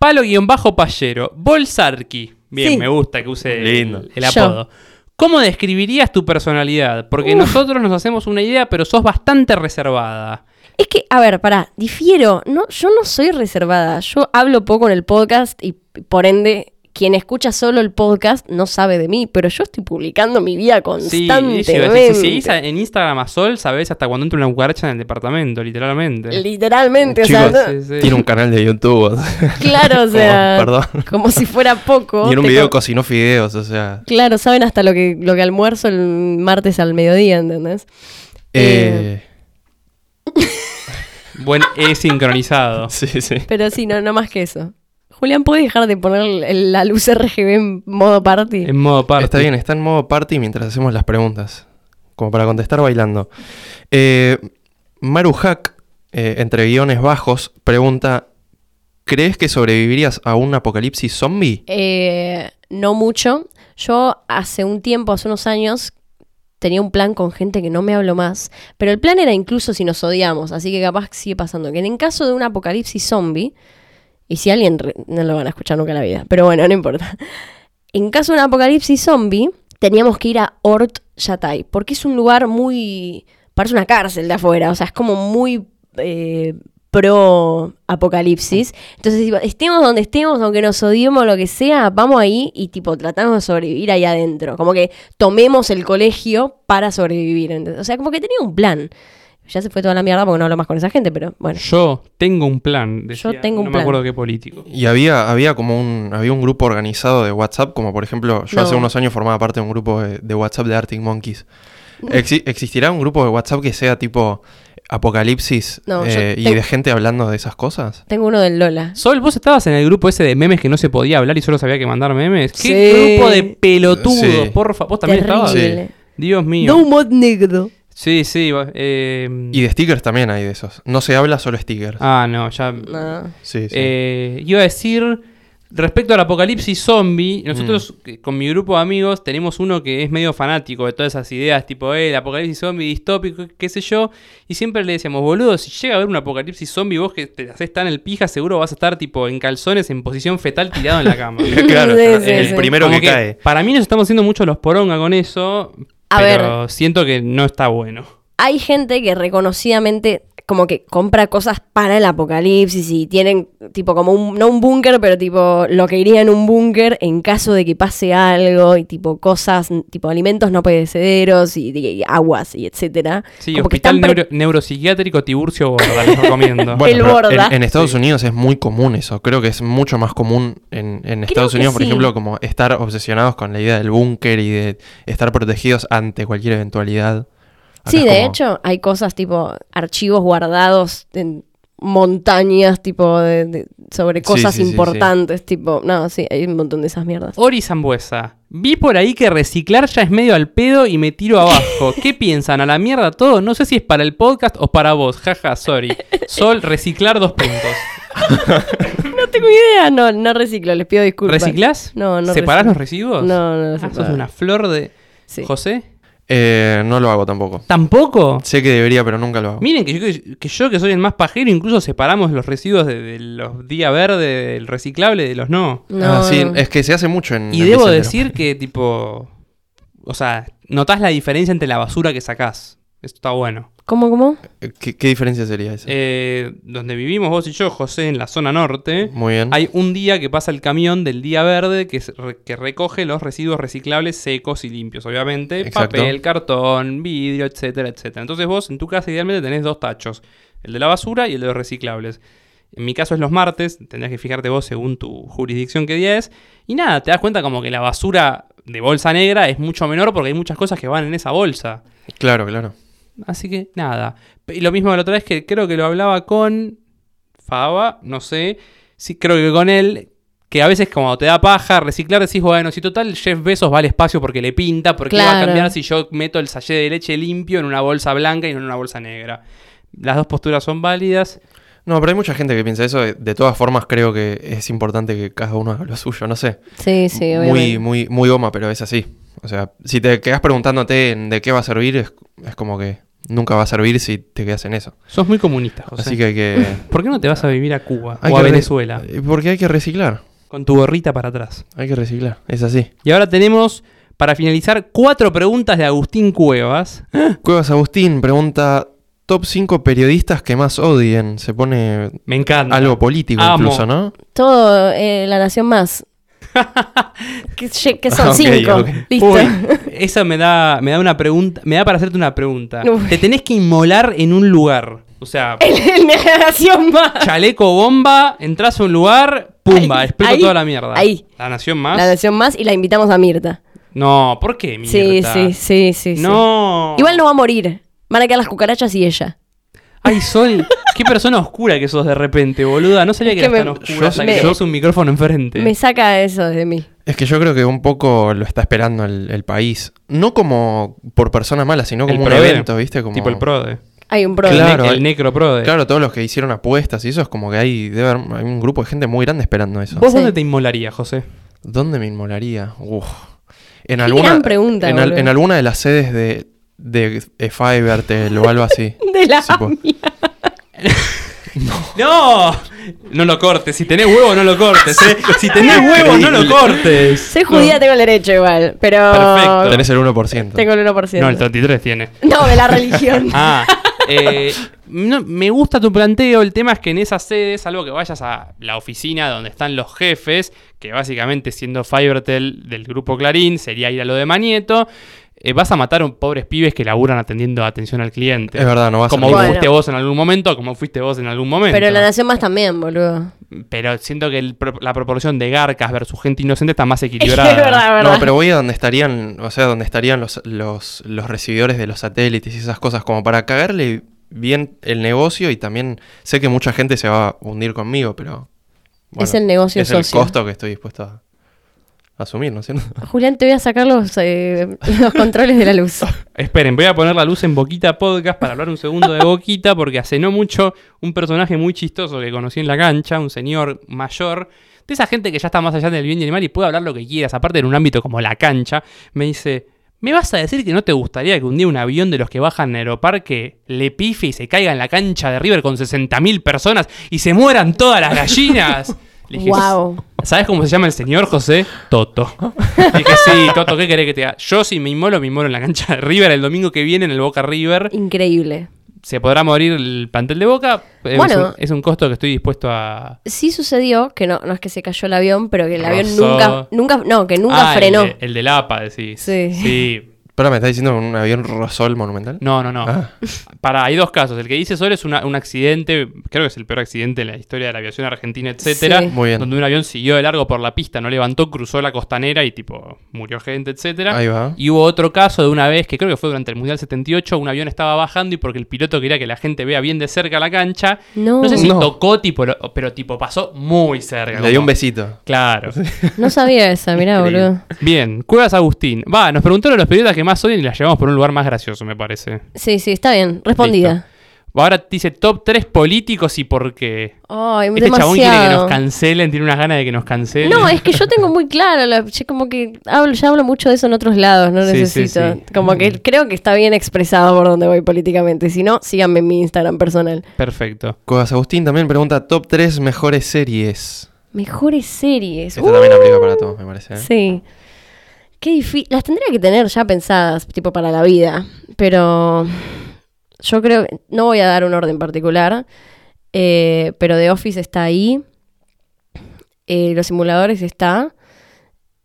[SPEAKER 2] Palo-payero. Bolsarki. Bien,
[SPEAKER 4] Sí.
[SPEAKER 2] me gusta que use el-
[SPEAKER 3] Lindo.
[SPEAKER 2] el, apodo. ¿Cómo describirías tu personalidad? Porque nosotros nos hacemos una idea, pero sos bastante reservada.
[SPEAKER 4] Es que, a ver, pará, difiero. No, yo no soy reservada. Yo hablo poco en el podcast y por ende. Quien escucha solo el podcast no sabe de mí, pero yo estoy publicando mi
[SPEAKER 2] Sí,
[SPEAKER 4] vida
[SPEAKER 2] eso iba a
[SPEAKER 4] constantemente.
[SPEAKER 2] decir. si seguís a- en Instagram a Sol, sabés hasta cuando entra una cucaracha en el departamento, literalmente.
[SPEAKER 4] Literalmente, o
[SPEAKER 3] Chicos,
[SPEAKER 4] sea, no-
[SPEAKER 2] Sí, sí.
[SPEAKER 3] Tiene un canal de YouTube.
[SPEAKER 4] claro, *laughs* o sea,
[SPEAKER 3] Perdón.
[SPEAKER 4] como si fuera poco.
[SPEAKER 3] Y en un
[SPEAKER 4] te
[SPEAKER 3] video
[SPEAKER 4] co-
[SPEAKER 3] cocinó fideos, o sea.
[SPEAKER 4] Claro, saben hasta lo que, lo que almuerzo el martes al mediodía, ¿entendés? Eh,
[SPEAKER 3] eh,
[SPEAKER 2] Buen E sincronizado.
[SPEAKER 3] sí, sí.
[SPEAKER 4] Pero sí, no, no más que eso. Julián, ¿puedes dejar de poner el- la luz *laughs* RGB en modo party?
[SPEAKER 2] En modo parte.
[SPEAKER 3] Está bien, está en modo party mientras hacemos las preguntas. Como para contestar bailando. Eh, Maru Hack, eh, entre guiones bajos, pregunta: ¿Crees que sobrevivirías a un apocalipsis zombie?
[SPEAKER 4] Eh, no mucho. Yo hace un tiempo, hace unos años, tenía un plan con gente que no me hablo más. Pero el plan era incluso si nos odiamos, así que capaz que sigue pasando. Que en caso de un apocalipsis zombie, y si alguien re- no lo van a escuchar nunca en la vida, pero bueno, no importa. En caso de un apocalipsis zombie, teníamos que ir a Ort Yatay, porque es un lugar muy. parece una cárcel de afuera, o sea, es como muy. eh, pro apocalipsis. Entonces, tipo, estemos donde estemos, aunque nos odiemos, lo que sea, vamos ahí y tipo tratamos de sobrevivir ahí adentro. Como que tomemos el colegio para sobrevivir. ¿entendés? O sea, como que tenía un plan. Ya se fue toda la mierda porque no hablo más con esa gente, pero bueno.
[SPEAKER 2] Yo tengo un plan. decía,
[SPEAKER 4] tengo un
[SPEAKER 2] no me
[SPEAKER 4] plan.
[SPEAKER 2] acuerdo qué político.
[SPEAKER 3] Y había, había como un, había un grupo organizado de WhatsApp, como por ejemplo, yo
[SPEAKER 4] No.
[SPEAKER 3] hace unos años formaba parte de un grupo de, de WhatsApp de Arctic Monkeys.
[SPEAKER 4] Mm.
[SPEAKER 3] Exi- ¿Existirá un grupo de WhatsApp que sea tipo apocalipsis
[SPEAKER 4] No, yo
[SPEAKER 3] eh, y
[SPEAKER 4] tengo-
[SPEAKER 3] de gente hablando de esas cosas?
[SPEAKER 4] Tengo uno del Lola.
[SPEAKER 2] Sol, vos estabas en el grupo ese de memes que no se podía hablar y solo sabía que mandar memes.
[SPEAKER 4] Sí.
[SPEAKER 2] ¡Qué grupo de pelotudos!
[SPEAKER 3] Sí.
[SPEAKER 2] Porfa, vos también estabas.
[SPEAKER 3] Sí.
[SPEAKER 4] Terrible.
[SPEAKER 2] Dios mío.
[SPEAKER 4] No mod negro.
[SPEAKER 2] Sí, sí. va- eh,
[SPEAKER 3] Y de stickers también hay de esos. No se habla solo stickers.
[SPEAKER 2] Ah, no, ya.
[SPEAKER 4] No.
[SPEAKER 3] Sí, sí.
[SPEAKER 2] Eh, iba a decir, respecto al apocalipsis zombie, nosotros
[SPEAKER 3] Mm.
[SPEAKER 2] eh, con mi grupo de amigos tenemos uno que es medio fanático de todas esas ideas, tipo eh, el apocalipsis zombie distópico, qué sé yo, y siempre le decíamos, boludo, si llega a haber un apocalipsis zombie, vos que te haces tan el pija, seguro vas a estar tipo en calzones, en posición fetal, tirado en la
[SPEAKER 3] *laughs*
[SPEAKER 2] cama.
[SPEAKER 3] *laughs* claro,
[SPEAKER 4] *laughs* Sí,
[SPEAKER 3] claro,
[SPEAKER 4] sí,
[SPEAKER 3] el
[SPEAKER 4] sí.
[SPEAKER 3] primero
[SPEAKER 2] Como
[SPEAKER 3] que, cae.
[SPEAKER 2] Para mí nos estamos haciendo mucho los poronga con eso,
[SPEAKER 4] A
[SPEAKER 2] pero siento que no está bueno.
[SPEAKER 4] Hay gente que reconocidamente como que compra cosas para el apocalipsis y tienen tipo como un, no un búnker, pero tipo lo que iría en un búnker en caso de que pase algo y tipo cosas, tipo alimentos no perecederos y, y aguas y etcétera.
[SPEAKER 2] Sí,
[SPEAKER 4] Como que
[SPEAKER 2] hospital
[SPEAKER 4] están pre-
[SPEAKER 2] neuro- neuropsiquiátrico Tiburcio Borda,
[SPEAKER 4] *laughs*
[SPEAKER 2] les recomiendo.
[SPEAKER 4] Bueno, El
[SPEAKER 3] pero
[SPEAKER 4] borda.
[SPEAKER 3] En, en Estados Unidos es muy común eso. Creo que es mucho más común en, en Estados
[SPEAKER 4] que
[SPEAKER 3] Unidos, por
[SPEAKER 4] sí.
[SPEAKER 3] ejemplo, como estar obsesionados con la idea del búnker y de estar protegidos ante cualquier eventualidad. Acá
[SPEAKER 4] Sí,
[SPEAKER 3] es
[SPEAKER 4] de
[SPEAKER 3] como-
[SPEAKER 4] hecho, hay cosas tipo archivos guardados en montañas, tipo de- de- sobre
[SPEAKER 3] Sí,
[SPEAKER 4] cosas
[SPEAKER 3] sí, Oh. sí, sí.
[SPEAKER 4] importantes, tipo, no, sí, hay un montón de esas mierdas.
[SPEAKER 2] Ori Zambuesa. Vi por ahí que reciclar ya es medio al pedo y me tiro abajo. ¿Qué piensan? ¿A la mierda todo? No sé si es para el podcast o para vos. Jaja,
[SPEAKER 4] *laughs*
[SPEAKER 2] sorry. Sol, reciclar dos puntos.
[SPEAKER 4] No tengo idea, no, no reciclo, les pido disculpas.
[SPEAKER 2] ¿Reciclás?
[SPEAKER 4] No, no
[SPEAKER 2] ¿Separás
[SPEAKER 4] reciclo.
[SPEAKER 2] los residuos?
[SPEAKER 4] No, no
[SPEAKER 2] Ah,
[SPEAKER 4] los
[SPEAKER 2] sos
[SPEAKER 4] separo.
[SPEAKER 2] una flor de...
[SPEAKER 4] Sí.
[SPEAKER 2] ¿José?
[SPEAKER 3] Eh, no lo hago tampoco.
[SPEAKER 2] ¿Tampoco?
[SPEAKER 3] Sé que debería, pero nunca lo hago.
[SPEAKER 2] Miren que yo, que yo que soy el más pajero incluso separamos los residuos de, de los día verde, del reciclable, de los no.
[SPEAKER 4] No,
[SPEAKER 3] Ah, sí,
[SPEAKER 4] no.
[SPEAKER 3] es que se hace mucho en.
[SPEAKER 2] Y
[SPEAKER 3] el
[SPEAKER 2] debo
[SPEAKER 3] Bicentro.
[SPEAKER 2] decir que tipo, o sea, notás la diferencia entre la basura que sacás. Esto está bueno.
[SPEAKER 4] ¿Cómo, cómo?
[SPEAKER 3] ¿Qué, qué diferencia sería esa?
[SPEAKER 2] Eh, donde vivimos vos y yo, José, en la zona norte,
[SPEAKER 3] Muy bien.
[SPEAKER 2] hay un día que pasa el camión del día verde que, se re- que recoge los residuos reciclables secos y limpios, obviamente.
[SPEAKER 3] Exacto.
[SPEAKER 2] Papel, cartón, vidrio, etcétera, etcétera. Entonces vos en tu casa idealmente tenés dos tachos, el de la basura y el de los reciclables. En mi caso es los martes, tendrás que fijarte vos según tu jurisdicción qué día es. Y nada, te das cuenta como que la basura de bolsa negra es mucho menor porque hay muchas cosas que van en esa bolsa.
[SPEAKER 3] Claro, claro.
[SPEAKER 2] Así que nada. Y lo mismo la otra vez que creo que lo hablaba con Faba, no sé. Sí, creo que con él. Que a veces como te da paja reciclar, decís, bueno, si total Jeff Bezos va al espacio porque le pinta, porque va a
[SPEAKER 4] Claro.
[SPEAKER 2] cambiar si yo meto el sachet de leche limpio en una bolsa blanca y no en una bolsa negra? Las dos posturas son válidas.
[SPEAKER 3] No, pero hay mucha gente que piensa eso. De- De todas formas, creo que es importante que cada uno haga lo suyo. No sé.
[SPEAKER 4] Sí, sí,
[SPEAKER 3] muy,
[SPEAKER 4] obviamente.
[SPEAKER 3] muy, muy goma, pero es así. O sea, si te quedas preguntándote en de qué va a servir, es, es como que nunca va a servir si te quedas en eso.
[SPEAKER 2] Sos muy comunista, José.
[SPEAKER 3] Así que
[SPEAKER 2] *laughs*
[SPEAKER 3] hay que.
[SPEAKER 2] ¿Por qué no te vas a vivir a Cuba
[SPEAKER 3] hay
[SPEAKER 2] o a
[SPEAKER 3] que re-
[SPEAKER 2] Venezuela?
[SPEAKER 3] Porque hay que reciclar.
[SPEAKER 2] Con tu gorrita para atrás.
[SPEAKER 3] Hay que reciclar. Es así.
[SPEAKER 2] Y ahora tenemos, para finalizar, cuatro preguntas de Agustín Cuevas.
[SPEAKER 3] Cuevas Agustín pregunta: Top 5 periodistas que más odien. Se pone
[SPEAKER 2] Me encanta.
[SPEAKER 3] algo político
[SPEAKER 2] Amo.
[SPEAKER 3] incluso, ¿no?
[SPEAKER 4] Todo, eh, la
[SPEAKER 3] *laughs*
[SPEAKER 4] nación más. que, ye- que son
[SPEAKER 3] Ah, ok,
[SPEAKER 4] cinco.
[SPEAKER 3] ok.
[SPEAKER 4] Listo.
[SPEAKER 2] Uy, esa me da, me da una pregunta, me da para hacerte una pregunta.
[SPEAKER 4] Uy.
[SPEAKER 2] Te tenés que inmolar en un lugar. O sea,
[SPEAKER 4] El- *laughs* la nación más.
[SPEAKER 2] chaleco bomba, entras a un lugar, pumba,
[SPEAKER 4] Ahí,
[SPEAKER 2] exploto
[SPEAKER 4] ahí,
[SPEAKER 2] toda la mierda.
[SPEAKER 4] ahí.
[SPEAKER 2] La nación más.
[SPEAKER 4] La nación más y la invitamos a Mirta.
[SPEAKER 2] No, ¿por qué,
[SPEAKER 4] Sí,
[SPEAKER 2] mierda?
[SPEAKER 4] sí, sí, sí, sí.
[SPEAKER 2] No.
[SPEAKER 4] Igual no va a morir. Van a quedar las cucarachas y ella.
[SPEAKER 2] Ay, Sol, qué persona oscura que sos de repente, boluda. No sabía
[SPEAKER 4] Es
[SPEAKER 2] que,
[SPEAKER 4] que
[SPEAKER 2] eras tan
[SPEAKER 4] me-
[SPEAKER 2] oscura
[SPEAKER 3] Yo
[SPEAKER 2] hasta
[SPEAKER 4] me-
[SPEAKER 2] que llevas un micrófono enfrente.
[SPEAKER 4] Me saca eso de mí.
[SPEAKER 3] Es que yo creo que un poco lo está esperando el, el país. No como por persona mala, sino
[SPEAKER 2] El
[SPEAKER 3] como un
[SPEAKER 2] prode.
[SPEAKER 3] evento, ¿viste? Como...
[SPEAKER 2] Tipo el prode.
[SPEAKER 4] Hay un problema.
[SPEAKER 3] Claro,
[SPEAKER 2] el, ne- el
[SPEAKER 3] hay-
[SPEAKER 2] necro prode.
[SPEAKER 3] Claro, todos los que hicieron apuestas y eso es como que hay, debe haber- hay un grupo de gente muy grande esperando eso.
[SPEAKER 2] ¿Vos
[SPEAKER 4] Sí.
[SPEAKER 2] dónde te inmolarías, José?
[SPEAKER 3] ¿Dónde me inmolaría? Uf. En
[SPEAKER 4] Qué
[SPEAKER 3] alguna,
[SPEAKER 4] gran pregunta,
[SPEAKER 3] en, al-
[SPEAKER 4] boludo.
[SPEAKER 3] en alguna de las sedes de, de eh, Fivertel o algo
[SPEAKER 4] *laughs*
[SPEAKER 3] así.
[SPEAKER 4] De la
[SPEAKER 3] Sí, po.
[SPEAKER 2] ¡No! No lo cortes. Si tenés huevo, no lo cortes. ¿eh? Si *laughs* tenés huevo, no lo cortes.
[SPEAKER 4] Soy judía, tengo el derecho igual, pero
[SPEAKER 2] Perfecto.
[SPEAKER 3] Tenés el 1%.
[SPEAKER 4] tengo el 1%.
[SPEAKER 2] No, el 33 tiene.
[SPEAKER 4] *laughs* No, de
[SPEAKER 3] *laughs*
[SPEAKER 4] la religión.
[SPEAKER 2] Ah, eh, no, me gusta tu planteo. El tema es que en esas sedes, salvo que vayas a la oficina donde están los jefes, que básicamente siendo Fivertel del grupo Clarín, sería ir a lo de Manieto. eh, vas a matar a un- pobres pibes que laburan atendiendo atención al cliente.
[SPEAKER 3] Es verdad, no Eh, vas a
[SPEAKER 2] Como
[SPEAKER 4] salir.
[SPEAKER 2] fuiste
[SPEAKER 4] Bueno.
[SPEAKER 2] vos en algún momento, como fuiste vos en algún momento.
[SPEAKER 4] pero la nación más también, boludo.
[SPEAKER 2] Pero siento que el pro- la proporción de garcas versus gente inocente está
[SPEAKER 4] *laughs*
[SPEAKER 2] más
[SPEAKER 4] Es
[SPEAKER 2] equilibrada.
[SPEAKER 4] verdad, verdad.
[SPEAKER 3] No, pero voy a donde estarían, o sea, donde estarían los, los, los recibidores de los satélites y esas cosas, como para cagarle bien el negocio y también sé que mucha gente se va a hundir conmigo, pero...
[SPEAKER 4] Es el negocio
[SPEAKER 3] Es el
[SPEAKER 4] socio.
[SPEAKER 3] costo que estoy dispuesto a asumir, ¿no es cierto? *laughs*
[SPEAKER 4] Julián, te voy a sacar los, eh, *laughs* los controles de la luz.
[SPEAKER 2] *laughs* Esperen, voy a poner la luz en Boquita Podcast para hablar un segundo de Boquita, porque hace no mucho un personaje muy chistoso que conocí en la cancha, un señor mayor, de esa gente que ya está más allá del bien y el mal y puede hablar lo que quieras, aparte en un ámbito como la cancha, me dice, ¿me vas a decir que no te gustaría que un día un avión de los que bajan en Aeroparque le pife y se caiga en la cancha de River con 60.000 personas y se mueran todas las gallinas? Le dije,
[SPEAKER 4] wow.
[SPEAKER 2] ¿Sabes cómo se llama el señor José?
[SPEAKER 3] *laughs*
[SPEAKER 2] Toto. Dije, sí, Toto, ¿qué querés que te haga? Yo si me inmolo, me inmolo en la cancha de River el domingo que viene en el Boca River.
[SPEAKER 4] Increíble.
[SPEAKER 2] Se podrá morir el plantel de Boca. Es,
[SPEAKER 4] Bueno.
[SPEAKER 2] un, es un costo que estoy dispuesto a...
[SPEAKER 4] Sí sucedió que no, no es que se cayó el avión, pero que el avión
[SPEAKER 2] Rozó.
[SPEAKER 4] nunca, nunca, no, que nunca
[SPEAKER 2] Ah, el
[SPEAKER 4] frenó.
[SPEAKER 2] de- El, del APA, decís.
[SPEAKER 4] Sí.
[SPEAKER 3] Pero me está diciendo un avión Rosol monumental.
[SPEAKER 2] No, no, no.
[SPEAKER 3] Ah.
[SPEAKER 2] Para, hay dos casos. El que dice Sol es una- un accidente, creo que es el peor accidente en la historia de la aviación argentina, etcétera.
[SPEAKER 4] Sí.
[SPEAKER 3] Muy bien.
[SPEAKER 2] Donde un avión siguió de largo por la pista, no levantó, cruzó la costanera y tipo murió gente, etcétera.
[SPEAKER 3] Ahí va.
[SPEAKER 2] Y hubo otro caso de una vez que creo que fue durante el Mundial 78, un avión estaba bajando y porque el piloto quería que la gente vea bien de cerca la cancha,
[SPEAKER 4] No,
[SPEAKER 2] no sé si
[SPEAKER 3] No.
[SPEAKER 2] tocó, tipo, lo- pero tipo pasó muy cerca.
[SPEAKER 3] Le dio un
[SPEAKER 2] como-
[SPEAKER 3] besito.
[SPEAKER 2] Claro. *laughs*
[SPEAKER 4] no sabía esa, mirá,
[SPEAKER 3] Increíble.
[SPEAKER 4] boludo.
[SPEAKER 2] Bien, Cuevas Agustín. Va, nos preguntaron los periodistas que más odian y las llevamos por un lugar más gracioso, me parece.
[SPEAKER 4] Sí, sí, está bien. Respondida.
[SPEAKER 2] Listo. Ahora dice top 3 políticos y por qué.
[SPEAKER 4] Ay,
[SPEAKER 2] Este
[SPEAKER 4] demasiado.
[SPEAKER 2] chabón quiere que nos cancelen, tiene unas ganas de que nos cancelen.
[SPEAKER 4] No, es que yo tengo muy claro, la- yo como que hablo, ya hablo mucho de eso en otros lados, no
[SPEAKER 2] Sí, sí,
[SPEAKER 4] necesito.
[SPEAKER 2] sí. Mm.
[SPEAKER 4] Como que creo que está bien expresado por donde voy políticamente, si no, síganme en mi Instagram personal.
[SPEAKER 2] Perfecto.
[SPEAKER 3] Cogas Agustín también pregunta top 3 mejores series.
[SPEAKER 4] Mejores series.
[SPEAKER 3] Esto
[SPEAKER 4] Uh,
[SPEAKER 3] también aplica para todos, me parece. ¿eh?
[SPEAKER 4] Sí. Qué difícil. Las tendría que tener ya pensadas, tipo para la vida, pero yo creo que no voy a dar un orden particular, eh, pero The Office está ahí, eh, Los Simuladores está,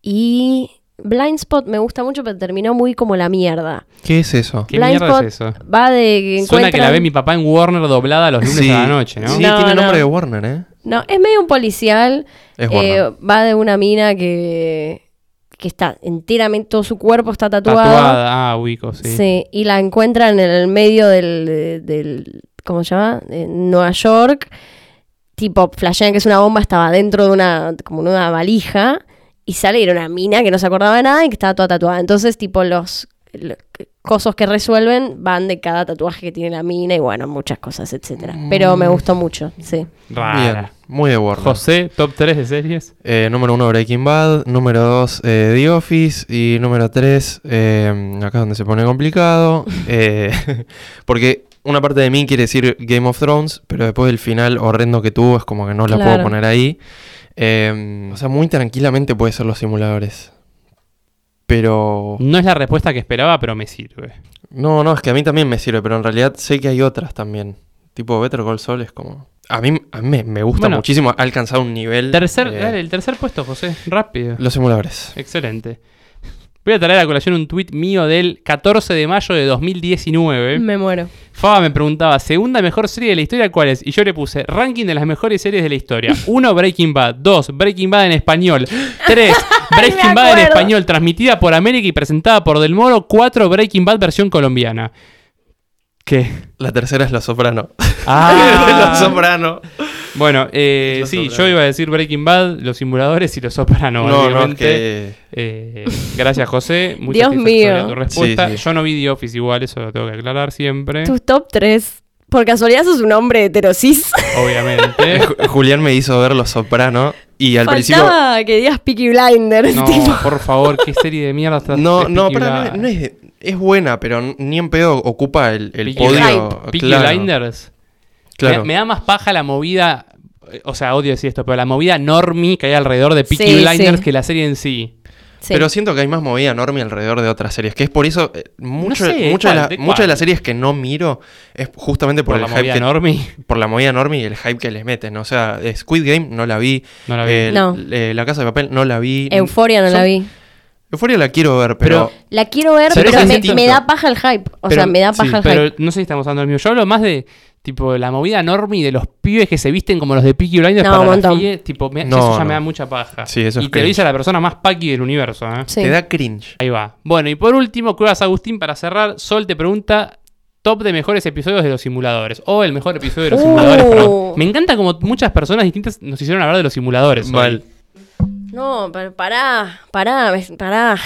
[SPEAKER 4] y Blind Spot me gusta mucho, pero terminó muy como la mierda.
[SPEAKER 3] ¿Qué es eso?
[SPEAKER 2] ¿Qué
[SPEAKER 4] Blind
[SPEAKER 2] mierda
[SPEAKER 4] Spot
[SPEAKER 2] es eso?
[SPEAKER 4] Va de que
[SPEAKER 2] Suena que la
[SPEAKER 4] encuentran-
[SPEAKER 2] ve mi papá en Warner doblada los lunes
[SPEAKER 3] Sí.
[SPEAKER 2] a la noche, ¿no?
[SPEAKER 3] Sí,
[SPEAKER 4] No,
[SPEAKER 3] tiene
[SPEAKER 4] no.
[SPEAKER 3] nombre de Warner, ¿eh?
[SPEAKER 4] No, es medio un policial.
[SPEAKER 3] Es
[SPEAKER 4] eh,
[SPEAKER 3] Warner.
[SPEAKER 4] va de una mina que, que está enteramente, todo su cuerpo está tatuado.
[SPEAKER 2] Tatuada. Ah, Wico, sí.
[SPEAKER 4] Sí. y la encuentran en el medio del, del- ¿cómo se llama? En Nueva York. Tipo, flashean que es una bomba, estaba dentro de una, como en una valija. Y sale, y era una mina que no se acordaba de nada y que estaba toda tatuada. Entonces, tipo, los, los cosos que resuelven van de cada tatuaje que tiene la mina y bueno, muchas cosas, etcétera.
[SPEAKER 3] Mm.
[SPEAKER 4] Pero me gustó mucho, sí.
[SPEAKER 2] Rara.
[SPEAKER 3] Bien, muy de Warner.
[SPEAKER 2] José, top 3 de series.
[SPEAKER 3] Eh, número 1 Breaking Bad, número 2 The Office y número 3, acá es donde se
[SPEAKER 2] *laughs*
[SPEAKER 3] pone complicado, eh, *laughs* porque una parte de mí quiere decir Game of Thrones, pero después del final horrendo que tuvo es como que no la
[SPEAKER 4] Claro.
[SPEAKER 3] puedo poner ahí. Eh, o sea, muy tranquilamente puede ser los simuladores. Pero...
[SPEAKER 2] No es la respuesta que esperaba, pero me sirve.
[SPEAKER 3] No, no, es que a mí también me sirve, pero en realidad sé que hay otras también. Tipo Better Call Saul es como... A mí, a mí me- me gusta
[SPEAKER 2] Bueno.
[SPEAKER 3] muchísimo, ha alcanzado un nivel...
[SPEAKER 2] Tercer,
[SPEAKER 3] eh,
[SPEAKER 2] dale, el tercer puesto, José. Rápido.
[SPEAKER 3] los simuladores.
[SPEAKER 2] Excelente. Voy a traer a colación un tuit mío del 14 de mayo de
[SPEAKER 3] ¿Eh?
[SPEAKER 2] 2019.
[SPEAKER 4] Me muero.
[SPEAKER 2] Faba me preguntaba, segunda mejor serie de la historia, ¿cuál es? Y yo le puse, ranking de las mejores series de la
[SPEAKER 4] *laughs*
[SPEAKER 2] historia. 1, Breaking Bad. 2, Breaking Bad en
[SPEAKER 4] *gasps*
[SPEAKER 2] español. 3,
[SPEAKER 4] *laughs* Me
[SPEAKER 2] Breaking Bad en
[SPEAKER 4] acuerdo.
[SPEAKER 2] español, transmitida por América y presentada por Del Moro. 4, Breaking Bad versión colombiana. ¿Qué?
[SPEAKER 3] La tercera es La Soprano.
[SPEAKER 2] Ah.
[SPEAKER 3] *laughs* Los Soprano. *laughs*
[SPEAKER 2] Bueno, eh,
[SPEAKER 3] Los
[SPEAKER 2] sí,
[SPEAKER 3] Soprano.
[SPEAKER 2] yo iba a decir Breaking Bad, Los Simuladores y Los Soprano.
[SPEAKER 3] No, no, es
[SPEAKER 2] obviamente.
[SPEAKER 3] que.
[SPEAKER 2] Eh, gracias, José. Muy
[SPEAKER 4] Dios
[SPEAKER 2] satisfactoria
[SPEAKER 4] mío.
[SPEAKER 2] tu respuesta.
[SPEAKER 3] Sí, sí.
[SPEAKER 2] Yo no vi The Office igual, eso lo tengo que aclarar
[SPEAKER 3] ¿Eh?
[SPEAKER 2] siempre.
[SPEAKER 4] Tus top 3. Por casualidad sos un hombre heterosis.
[SPEAKER 3] *laughs*
[SPEAKER 2] Obviamente.
[SPEAKER 4] *laughs*
[SPEAKER 3] Ju- Julián me hizo ver Los Soprano y al principio.
[SPEAKER 4] Faltaba que digas Peaky Blinders.
[SPEAKER 2] No,
[SPEAKER 4] *laughs* tipo.
[SPEAKER 2] por favor, qué serie de mierda estás
[SPEAKER 3] No,
[SPEAKER 2] de
[SPEAKER 3] no,
[SPEAKER 2] Peaky
[SPEAKER 3] pero no,
[SPEAKER 2] Blinders?
[SPEAKER 3] no es, es buena, pero n- ni en pedo ocupa el,
[SPEAKER 2] Peaky
[SPEAKER 3] el podio.
[SPEAKER 4] Blinders.
[SPEAKER 2] Peaky
[SPEAKER 3] claro,
[SPEAKER 2] Blinders.
[SPEAKER 3] claro.
[SPEAKER 2] Me, me da más paja la movida. eh, O sea, odio decir esto, pero la movida normie que hay alrededor de Peaky
[SPEAKER 4] Sí,
[SPEAKER 2] Blinders
[SPEAKER 4] sí.
[SPEAKER 2] que la serie en sí.
[SPEAKER 4] Sí.
[SPEAKER 3] Pero siento que hay más movida enorme alrededor de otras series, que es por eso. eh, mucho-
[SPEAKER 2] sé,
[SPEAKER 3] mucho de
[SPEAKER 2] ¿cuál?
[SPEAKER 3] la-
[SPEAKER 2] ¿De cuál?
[SPEAKER 3] muchas de las series que no miro es justamente por,
[SPEAKER 2] Por,
[SPEAKER 3] el
[SPEAKER 2] la
[SPEAKER 3] hype
[SPEAKER 2] movida
[SPEAKER 3] que,
[SPEAKER 2] normie.
[SPEAKER 3] por la movida enorme y el hype que les meten. O sea, eh, Squid Game no la vi.
[SPEAKER 2] No la vi.
[SPEAKER 3] eh,
[SPEAKER 4] No.
[SPEAKER 3] eh, la Casa de Papel no la vi.
[SPEAKER 4] Euforia no la
[SPEAKER 3] Son-
[SPEAKER 4] vi.
[SPEAKER 3] Euforia la quiero ver, pero,
[SPEAKER 4] La quiero ver,
[SPEAKER 2] Pero
[SPEAKER 4] pero,
[SPEAKER 2] es
[SPEAKER 4] me,
[SPEAKER 2] distinto.
[SPEAKER 4] me da paja el hype. O
[SPEAKER 2] Pero-
[SPEAKER 4] sea, me da paja
[SPEAKER 2] sí,
[SPEAKER 4] el
[SPEAKER 2] Pero
[SPEAKER 4] hype.
[SPEAKER 2] no sé si estamos hablando del mío. Yo hablo más de tipo la movida normie de los pibes que se visten como los de Peaky Blinders
[SPEAKER 4] No,
[SPEAKER 2] para
[SPEAKER 4] un
[SPEAKER 2] la
[SPEAKER 4] montón.
[SPEAKER 2] fie- tipo, me-
[SPEAKER 3] No,
[SPEAKER 2] eso ya
[SPEAKER 3] no.
[SPEAKER 2] me da mucha paja.
[SPEAKER 3] Sí, eso es
[SPEAKER 2] y te lo
[SPEAKER 3] cringe.
[SPEAKER 2] dice la persona más paqui del universo, ¿eh?
[SPEAKER 4] Sí.
[SPEAKER 3] te da cringe.
[SPEAKER 2] Ahí va. Bueno, y por último, Cuevas Agustín, para cerrar, Sol te pregunta top de mejores episodios de los simuladores. O el mejor episodio de los
[SPEAKER 4] Uh.
[SPEAKER 2] simuladores. pero me encanta como muchas personas distintas nos hicieron hablar de los simuladores. hoy.
[SPEAKER 3] Mal.
[SPEAKER 4] No, pero pará, pará, me- pará.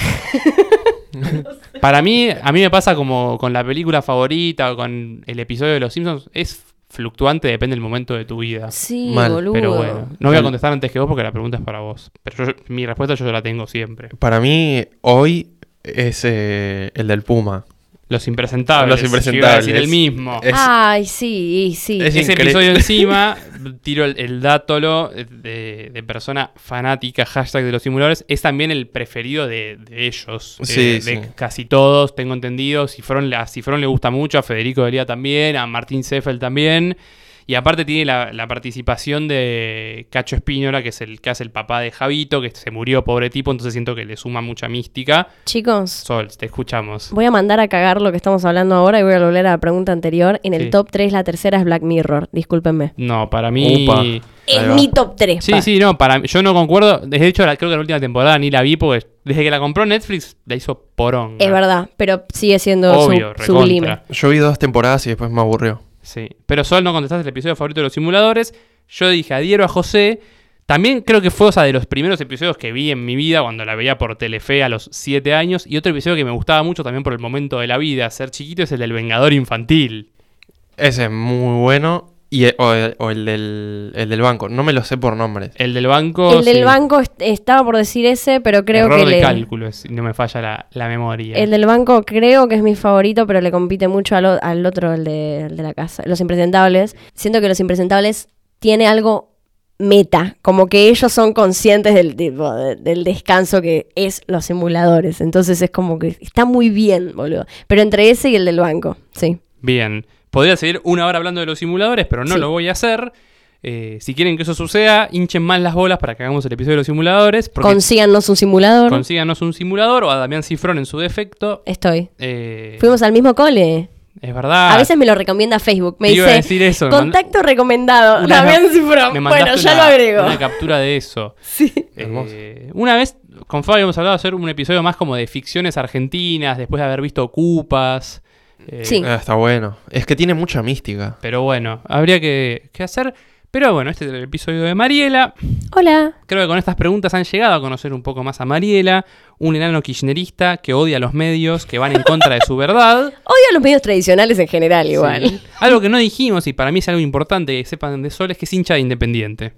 [SPEAKER 2] Para mí, a mí me pasa como con la película favorita o con el episodio de los Simpsons. Es fluctuante, depende del momento de tu vida.
[SPEAKER 4] Sí,
[SPEAKER 3] Mal,
[SPEAKER 4] boludo.
[SPEAKER 2] Pero bueno, no voy a contestar antes que vos porque la pregunta es para vos. Pero yo- mi respuesta yo la tengo siempre.
[SPEAKER 3] Para mí, hoy es eh, el del Puma.
[SPEAKER 2] Los impresentables.
[SPEAKER 3] Los
[SPEAKER 2] que iba a
[SPEAKER 3] Impresentables.
[SPEAKER 2] decir el mismo.
[SPEAKER 3] Es-
[SPEAKER 4] Ay, sí, sí.
[SPEAKER 3] Es-
[SPEAKER 2] Ese
[SPEAKER 3] increíble. *laughs*
[SPEAKER 2] episodio encima, tiro el, el dátolo de, de persona fanática, hashtag de los simuladores, es también el preferido de, de ellos. eh,
[SPEAKER 3] Sí, sí.
[SPEAKER 2] de casi todos, tengo entendido. Cifrón, le- a Cifrón le gusta mucho, a Federico Delía también, a Martín Seffel también. Y aparte tiene la, la participación de Cacho Espínola, que es el que hace el papá de Javito, que se murió, pobre tipo, entonces siento que le suma mucha mística.
[SPEAKER 4] Chicos,
[SPEAKER 2] Sol, te escuchamos.
[SPEAKER 4] voy a mandar a cagar lo que estamos hablando ahora y voy a volver a la pregunta anterior. En el
[SPEAKER 2] Sí.
[SPEAKER 4] top 3, la tercera es Black Mirror. Discúlpenme.
[SPEAKER 2] No, para mí...
[SPEAKER 3] Upa.
[SPEAKER 4] Es
[SPEAKER 3] Ahí va.
[SPEAKER 4] mi top 3.
[SPEAKER 2] Sí, sí, no, para yo no concuerdo. De hecho, la- creo que la última temporada ni la vi porque desde que la compró Netflix la hizo porón.
[SPEAKER 4] Es verdad, pero sigue siendo sub-
[SPEAKER 2] Obvio, recontra.
[SPEAKER 4] sublime.
[SPEAKER 3] Yo vi dos temporadas y después me aburrió.
[SPEAKER 2] Sí. Pero Sol no contestaste el episodio favorito de los simuladores. Yo dije adhiero a José. También creo que fue, o sea, de los primeros episodios que vi en mi vida cuando la veía por Telefe a los 7 años. Y otro episodio que me gustaba mucho también por el momento de la vida, ser chiquito, es el del Vengador Infantil.
[SPEAKER 3] Ese es muy bueno. Y, e- o, el- o el, del, el del banco. No me lo sé por nombres.
[SPEAKER 2] El del banco.
[SPEAKER 4] El del
[SPEAKER 2] Oh, sí.
[SPEAKER 4] banco est- estaba por decir ese, pero creo
[SPEAKER 2] Error
[SPEAKER 4] que
[SPEAKER 2] de
[SPEAKER 4] le-
[SPEAKER 2] cálculo, si no me falla la, la memoria.
[SPEAKER 4] el del banco creo que es mi favorito, pero le compite mucho al, o- al otro, el de, el de la casa, Los Impresentables. Siento que Los Impresentables tiene algo meta, como que ellos son conscientes del tipo de- del descanso que es los emuladores, entonces es como que está muy bien, boludo. Pero entre ese y el del banco, sí.
[SPEAKER 2] Bien, podría seguir una hora hablando de los simuladores, pero no
[SPEAKER 4] Sí.
[SPEAKER 2] lo voy a hacer. Eh, si quieren que eso suceda, hinchen más las bolas para que hagamos el episodio de los simuladores. Porque
[SPEAKER 4] Consíganos un simulador.
[SPEAKER 2] consíganos un simulador o a Damián Cifrón en su defecto.
[SPEAKER 4] Estoy.
[SPEAKER 2] Eh,
[SPEAKER 4] Fuimos al mismo cole.
[SPEAKER 2] es verdad.
[SPEAKER 4] a veces me lo recomienda Facebook. Me
[SPEAKER 2] Te iba a
[SPEAKER 4] dice,
[SPEAKER 2] decir eso, me
[SPEAKER 4] contacto recomendado.
[SPEAKER 2] Una-
[SPEAKER 4] Damián Cifrón.
[SPEAKER 2] me mandaste
[SPEAKER 4] Bueno, ya
[SPEAKER 2] una-
[SPEAKER 4] lo agrego.
[SPEAKER 2] Una captura de eso.
[SPEAKER 4] *laughs* Sí.
[SPEAKER 2] Eh,
[SPEAKER 3] Hermoso.
[SPEAKER 2] una vez con Fabio hemos hablado de hacer un episodio más como de ficciones argentinas, después de haber visto Ocupas. eh,
[SPEAKER 4] Sí.
[SPEAKER 3] Ah, está bueno. Es que tiene mucha mística.
[SPEAKER 2] Pero bueno, habría que, que hacer. Pero bueno, este es el episodio de Mariela.
[SPEAKER 4] Hola.
[SPEAKER 2] Creo que con estas preguntas han llegado a conocer un poco más a Mariela, un enano kirchnerista que odia a los medios, que van en contra de su verdad.
[SPEAKER 4] Odio los medios tradicionales en general *laughs* igual.
[SPEAKER 2] Sí.
[SPEAKER 4] Sí,
[SPEAKER 2] Algo que no dijimos y para mí es algo importante que sepan de Sol es que es hincha de Independiente.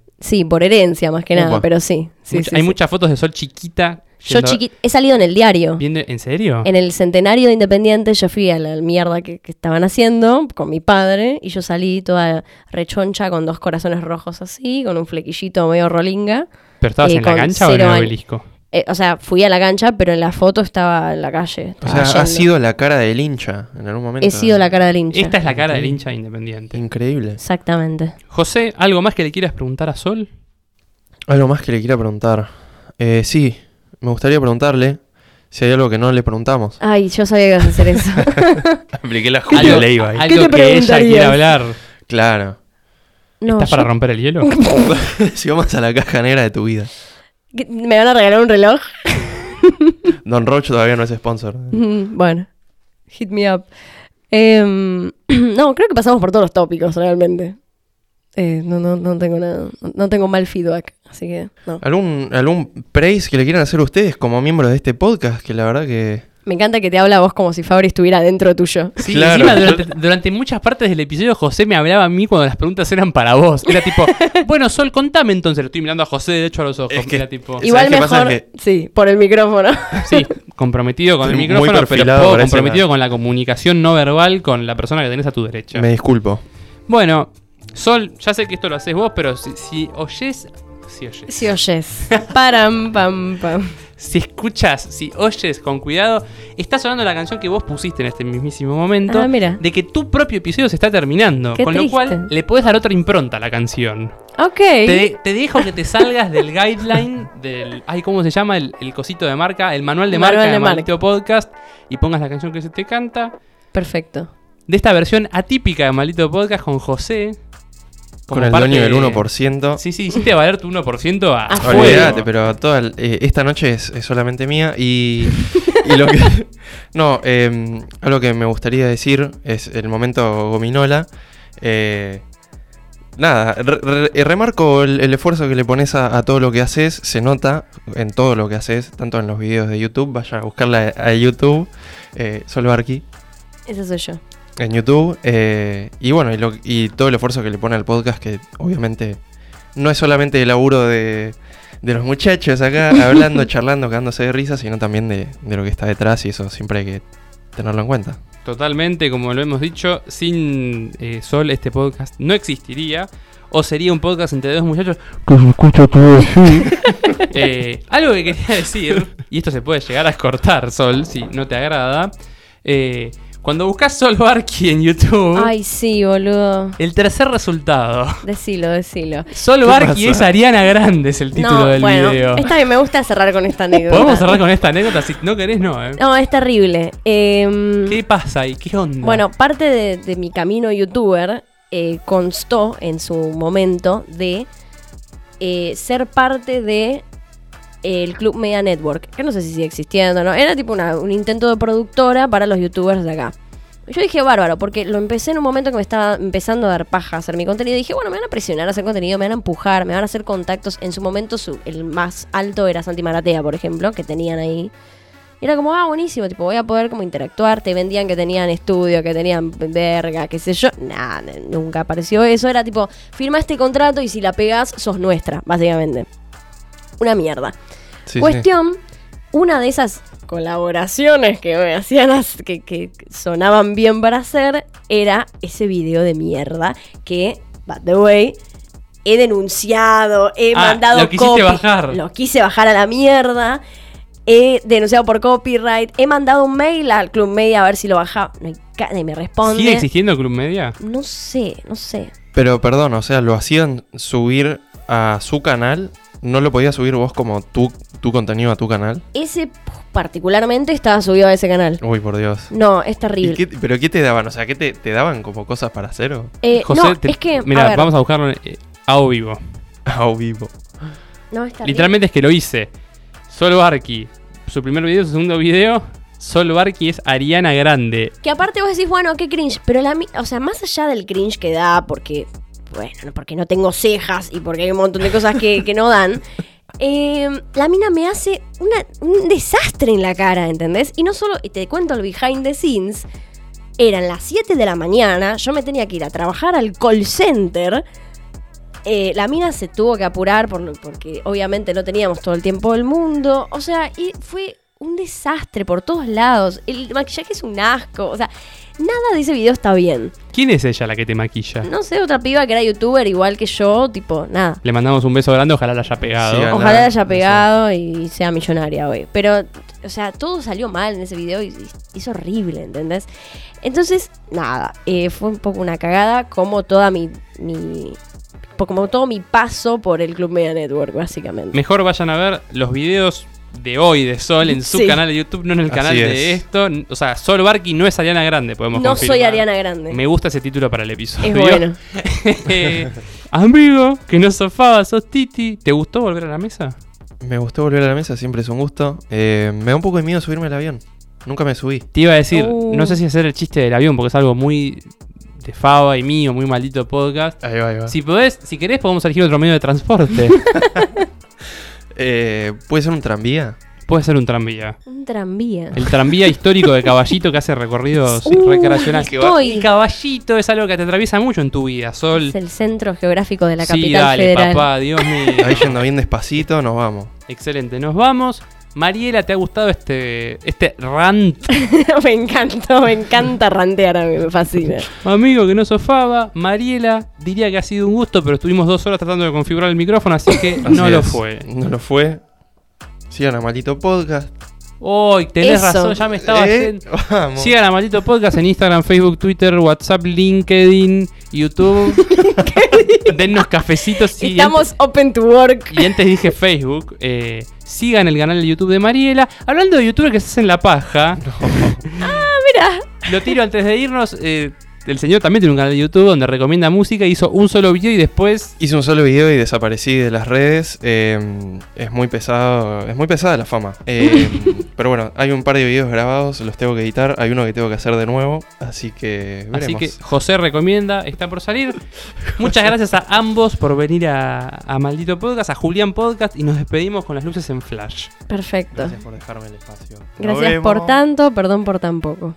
[SPEAKER 4] por herencia más que nada,
[SPEAKER 3] Upa.
[SPEAKER 4] pero sí. sí,
[SPEAKER 2] Mucha-
[SPEAKER 4] sí,
[SPEAKER 2] hay
[SPEAKER 4] sí.
[SPEAKER 2] muchas fotos de Sol chiquita.
[SPEAKER 4] Yo
[SPEAKER 2] yendo-
[SPEAKER 4] chiqui- he salido en el diario.
[SPEAKER 2] viendo- ¿En serio?
[SPEAKER 4] En el centenario de Independiente yo fui a la mierda que, que estaban haciendo con mi padre y yo salí toda rechoncha con dos corazones rojos así, con un flequillito medio rolinga.
[SPEAKER 2] ¿Pero estabas
[SPEAKER 4] eh,
[SPEAKER 2] en la
[SPEAKER 4] con
[SPEAKER 2] cancha o en
[SPEAKER 4] cero
[SPEAKER 2] el
[SPEAKER 4] años.
[SPEAKER 2] obelisco?
[SPEAKER 4] Eh, o sea, fui a la cancha, pero en la foto estaba en la calle.
[SPEAKER 3] O
[SPEAKER 4] estaba
[SPEAKER 3] sea, ha
[SPEAKER 4] yendo.
[SPEAKER 3] sido la cara del hincha en algún momento.
[SPEAKER 4] He sido la cara del hincha.
[SPEAKER 2] Esta es la cara del hincha de Independiente.
[SPEAKER 3] Increíble.
[SPEAKER 4] Exactamente.
[SPEAKER 2] José, ¿algo más que le quieras preguntar a Sol?
[SPEAKER 3] Algo más que le quiera preguntar. Eh, sí, me gustaría preguntarle si hay algo que no le preguntamos.
[SPEAKER 4] Ay, yo sabía que ibas a hacer eso.
[SPEAKER 3] Apliqué la
[SPEAKER 2] Algo,
[SPEAKER 3] le iba ahí.
[SPEAKER 2] algo
[SPEAKER 4] ¿Qué
[SPEAKER 2] que ella
[SPEAKER 4] te
[SPEAKER 2] quiera
[SPEAKER 4] preguntarías?
[SPEAKER 2] hablar.
[SPEAKER 3] Claro.
[SPEAKER 4] *laughs*
[SPEAKER 3] *laughs*
[SPEAKER 4] No,
[SPEAKER 2] ¿Estás
[SPEAKER 4] yo-
[SPEAKER 2] para romper el hielo?
[SPEAKER 3] si vamos a la caja negra de tu vida.
[SPEAKER 4] ¿Qué- ¿Me van a regalar un reloj?
[SPEAKER 3] Don Roche todavía no es sponsor.
[SPEAKER 4] Mm, bueno, hit me up. Em, *clears throat* no, creo que pasamos por todos los tópicos realmente. Eh, no, no, no tengo nada, no tengo mal feedback, así que no.
[SPEAKER 3] ¿Algún, ¿Algún praise que le quieran hacer ustedes como miembros de este podcast? Que la verdad que...
[SPEAKER 4] Me encanta que te habla vos como si Fabri estuviera dentro tuyo.
[SPEAKER 2] Sí,
[SPEAKER 3] *laughs* Claro.
[SPEAKER 2] encima durante, durante muchas partes del episodio José me hablaba a mí cuando las preguntas eran para vos. Era
[SPEAKER 3] *laughs*
[SPEAKER 2] tipo, bueno, Sol, contame entonces. Lo estoy mirando a José de hecho a los ojos.
[SPEAKER 3] Es que-
[SPEAKER 2] Era tipo,
[SPEAKER 3] ¿sabes
[SPEAKER 4] Igual
[SPEAKER 3] qué
[SPEAKER 4] mejor,
[SPEAKER 3] pasa? Que-
[SPEAKER 4] sí, por el micrófono.
[SPEAKER 2] sí, comprometido con el
[SPEAKER 3] Muy
[SPEAKER 2] micrófono, pero
[SPEAKER 3] perfilado
[SPEAKER 2] poco
[SPEAKER 3] para ese
[SPEAKER 2] comprometido
[SPEAKER 3] lado.
[SPEAKER 2] con la comunicación no verbal con la persona que tenés a tu derecha.
[SPEAKER 3] Me disculpo.
[SPEAKER 2] Bueno, Sol, ya sé que esto lo haces vos, pero si, si oyes... Si oyes.
[SPEAKER 4] *laughs* Si oyes. Param, pam, pam.
[SPEAKER 2] Si escuchas, si oyes con cuidado, está sonando la canción que vos pusiste en este mismísimo momento.
[SPEAKER 4] Ah, mira.
[SPEAKER 2] De que tu propio episodio se está terminando.
[SPEAKER 4] Qué
[SPEAKER 2] con lo
[SPEAKER 4] triste. ¿Eh?
[SPEAKER 2] cual le podés dar otra impronta a la canción.
[SPEAKER 4] Ok.
[SPEAKER 2] Te, te dejo que te salgas del guideline del. Ay, ¿cómo se llama? El, el cosito de marca, el manual de
[SPEAKER 4] Manual
[SPEAKER 2] marca
[SPEAKER 4] de
[SPEAKER 2] de
[SPEAKER 4] marca.
[SPEAKER 2] Maldito Podcast y pongas la canción que se te canta.
[SPEAKER 4] Perfecto.
[SPEAKER 2] De esta versión atípica de Maldito Podcast con José. como
[SPEAKER 3] Con el
[SPEAKER 2] parte
[SPEAKER 3] dueño del
[SPEAKER 2] de-
[SPEAKER 3] 1%.
[SPEAKER 2] Sí, sí, hiciste valer tu 1% a,
[SPEAKER 4] A fuego.
[SPEAKER 3] Olvídate, pero toda el- eh, esta noche es, es solamente mía y, y lo que... *laughs* No, eh, algo que me gustaría decir es el momento gominola. Eh, nada, re- re- remarco el, el esfuerzo que le pones a, a todo lo que haces, se nota en todo lo que haces, tanto en los videos de YouTube, vaya a buscarla a YouTube, eh, Sol Barqui,
[SPEAKER 4] Ese soy yo.
[SPEAKER 3] en YouTube. eh, y bueno, y, lo- y todo el esfuerzo que le pone al podcast, que obviamente no es solamente el laburo de, de los muchachos acá, hablando, charlando, cagándose de risa, sino también de, de lo que está detrás, y eso siempre hay que tenerlo en cuenta.
[SPEAKER 2] Totalmente, como lo hemos dicho, sin eh, Sol este podcast no existiría. O sería un podcast entre dos muchachos.
[SPEAKER 5] que se escucha todo así.
[SPEAKER 2] Eh, algo que quería decir, y esto se puede llegar a cortar, Sol, si no te agrada. eh, cuando buscas Sol Barqui en YouTube,
[SPEAKER 4] Ay, sí, boludo.
[SPEAKER 2] el tercer resultado.
[SPEAKER 4] Decilo, decilo.
[SPEAKER 2] Sol
[SPEAKER 3] ¿Qué
[SPEAKER 2] Barqui
[SPEAKER 3] pasa?
[SPEAKER 2] es Ariana Grande, es el título
[SPEAKER 4] no,
[SPEAKER 2] del
[SPEAKER 4] bueno,
[SPEAKER 2] video.
[SPEAKER 4] está bien, me gusta cerrar con esta anécdota.
[SPEAKER 2] *laughs* Podemos cerrar con esta anécdota, si no querés, no. eh.
[SPEAKER 4] No, es terrible. Em,
[SPEAKER 2] ¿Qué pasa ahí? ¿Qué onda?
[SPEAKER 4] Bueno, parte de, de mi camino youtuber eh, constó en su momento de eh, ser parte de el Club Media Network, que no sé si sigue existiendo, ¿no? Era tipo una- un intento de productora para los youtubers de acá. Yo dije, bárbaro, porque lo empecé en un momento que me estaba empezando a dar paja hacer mi contenido. Y dije, bueno, me van a presionar a hacer contenido, me van a empujar, me van a hacer contactos. En su momento su- el más alto era Santi Maratea, por ejemplo, que tenían ahí Era como, ah, buenísimo, tipo, voy a poder como interactuar. Te vendían que tenían estudio, que tenían verga, qué sé yo. Nah, n- nunca apareció eso. Era tipo, firma este contrato y si la pegas, sos nuestra, básicamente. Una mierda.
[SPEAKER 3] Sí, sí.
[SPEAKER 4] Cuestión, una de esas colaboraciones que me hacían, as- que, que sonaban bien para hacer, era ese video de mierda que, by the way, he denunciado, he
[SPEAKER 2] Ah,
[SPEAKER 4] mandado
[SPEAKER 2] lo quisiste
[SPEAKER 4] copy-
[SPEAKER 2] bajar.
[SPEAKER 4] Lo quise bajar a la mierda. He denunciado por copyright. He mandado un mail al Club Media a ver si lo bajaba. No hay ca- nadie me responde.
[SPEAKER 2] ¿Sigue existiendo Club Media?
[SPEAKER 4] No sé, no sé.
[SPEAKER 3] Pero perdón, o sea, lo hacían subir a su canal. No lo podías subir vos como tu, tu contenido a tu canal.
[SPEAKER 4] Ese particularmente estaba subido a ese canal.
[SPEAKER 3] Uy, por Dios.
[SPEAKER 4] No, es
[SPEAKER 3] ¿Y
[SPEAKER 4] terrible.
[SPEAKER 3] qué- ¿Pero qué te daban? O sea, ¿qué te, te daban como cosas para hacer o *laughs*
[SPEAKER 4] Eh,
[SPEAKER 2] José,
[SPEAKER 4] no,
[SPEAKER 2] te-
[SPEAKER 4] es que. a
[SPEAKER 2] Mira,
[SPEAKER 4] ver,
[SPEAKER 2] vamos a buscarlo eh, a o vivo.
[SPEAKER 3] a vivo?
[SPEAKER 4] no, es terrible.
[SPEAKER 2] Literalmente es que lo hice. Solo Arki. Su primer video, su segundo video. Solo Arki es Ariana Grande.
[SPEAKER 4] Que aparte vos decís, bueno, qué cringe. Pero la mi- o sea, más allá del cringe que da, porque, bueno, no- porque no tengo cejas y porque hay un montón de cosas que, que no dan. *laughs* eh, la mina me hace una- un desastre en la cara, ¿entendés? Y no solo, y te cuento el behind the scenes. Eran las 7 de la mañana, yo me tenía que ir a trabajar al call center. Eh, la mina se tuvo que apurar por- porque obviamente no teníamos todo el tiempo del mundo. O sea, y fue un desastre por todos lados. El maquillaje es un asco. O sea, nada de ese video está bien.
[SPEAKER 2] ¿Quién es ella la que te maquilla?
[SPEAKER 4] No sé, otra piba que era youtuber igual que yo, tipo, nada.
[SPEAKER 2] Le mandamos un beso grande, ojalá la haya pegado.
[SPEAKER 3] Sí, a-
[SPEAKER 4] Ojalá
[SPEAKER 3] nada,
[SPEAKER 4] la haya
[SPEAKER 3] no
[SPEAKER 4] pegado y sea millonaria hoy. Pero, o sea, todo salió mal en ese video y, y es horrible, ¿entendés? Entonces, nada, eh, fue un poco una cagada como toda mi, mi- como todo mi paso por el Club Media Network, básicamente.
[SPEAKER 2] Mejor vayan a ver los videos de hoy de Sol en su
[SPEAKER 4] Sí.
[SPEAKER 2] canal de YouTube, no en el
[SPEAKER 3] Así
[SPEAKER 2] canal de
[SPEAKER 3] es.
[SPEAKER 2] esto. O sea, Sol Barki no es Ariana Grande, podemos
[SPEAKER 4] No
[SPEAKER 2] confirmar.
[SPEAKER 4] soy Ariana Grande.
[SPEAKER 2] Me gusta ese título para el episodio.
[SPEAKER 4] es bueno.
[SPEAKER 2] *laughs* Eh, Amigo, que no sofaba, sos Titi. ¿Te gustó volver a la mesa?
[SPEAKER 3] Me gustó volver a la mesa, siempre es un gusto. Eh, me da un poco de miedo subirme al avión. Nunca me subí.
[SPEAKER 2] Te iba a decir,
[SPEAKER 4] Uh.
[SPEAKER 2] no sé si hacer el chiste del avión, porque es algo muy de Faba y mío, muy maldito podcast.
[SPEAKER 3] Ahí va, ahí va.
[SPEAKER 2] Si podés, si querés, podemos elegir otro medio de
[SPEAKER 4] *laughs*
[SPEAKER 2] transporte.
[SPEAKER 3] Eh, ¿Puede ser un tranvía?
[SPEAKER 2] Puede ser un tranvía.
[SPEAKER 4] Un tranvía.
[SPEAKER 2] El tranvía histórico de Caballito que hace recorridos
[SPEAKER 4] Uh,
[SPEAKER 2] recreacionales.
[SPEAKER 4] que va- estoy.
[SPEAKER 2] El Caballito es algo que te atraviesa mucho en tu vida, Sol.
[SPEAKER 4] Es el centro geográfico de la
[SPEAKER 2] sí,
[SPEAKER 4] capital
[SPEAKER 2] dale,
[SPEAKER 4] federal.
[SPEAKER 2] papá, Dios mío.
[SPEAKER 3] Ahí yendo bien despacito, nos vamos.
[SPEAKER 2] Excelente, nos vamos. Mariela, ¿te ha gustado este, este rant
[SPEAKER 4] *laughs* me encanta, me encanta rantear a mí, me fascina.
[SPEAKER 2] Amigo que no sofaba, Mariela, diría que ha sido un gusto, pero estuvimos dos horas tratando de configurar el micrófono, así que no
[SPEAKER 3] Así
[SPEAKER 2] lo
[SPEAKER 3] es.
[SPEAKER 2] fue.
[SPEAKER 3] No lo fue. Sigan a maldito podcast.
[SPEAKER 2] Hoy tenés
[SPEAKER 4] Eso.
[SPEAKER 2] razón, ya me estaba
[SPEAKER 3] Eh,
[SPEAKER 2] yendo.
[SPEAKER 3] Vamos.
[SPEAKER 2] Sigan a Maldito Podcast en Instagram, Facebook, Twitter, WhatsApp, LinkedIn,
[SPEAKER 4] *laughs*
[SPEAKER 2] YouTube. Dennos cafecitos y
[SPEAKER 4] Estamos open to work.
[SPEAKER 2] y antes dije Facebook. eh, sigan el canal de YouTube de Mariela. Hablando de youtubers que se hacen la paja,
[SPEAKER 4] Ah, Mira,
[SPEAKER 2] lo tiro antes de irnos. eh, el señor también tiene un canal de YouTube donde recomienda música. Hizo un solo video y después
[SPEAKER 3] Hice un solo video y desaparecí de las redes. eh, es muy pesado. Es muy pesada la fama. Eh,
[SPEAKER 2] *laughs*
[SPEAKER 3] pero bueno, hay un par de videos grabados, los tengo que editar. Hay uno que tengo que hacer de nuevo. Así que
[SPEAKER 2] Así
[SPEAKER 3] veremos.
[SPEAKER 2] que José recomienda, está por salir. Muchas gracias a ambos por venir a, a Maldito Podcast, a Julián Podcast y nos despedimos con las luces en flash.
[SPEAKER 4] perfecto.
[SPEAKER 3] por dejarme el espacio. Nos
[SPEAKER 4] Gracias por
[SPEAKER 3] vemos.
[SPEAKER 4] tanto, perdón por tan poco.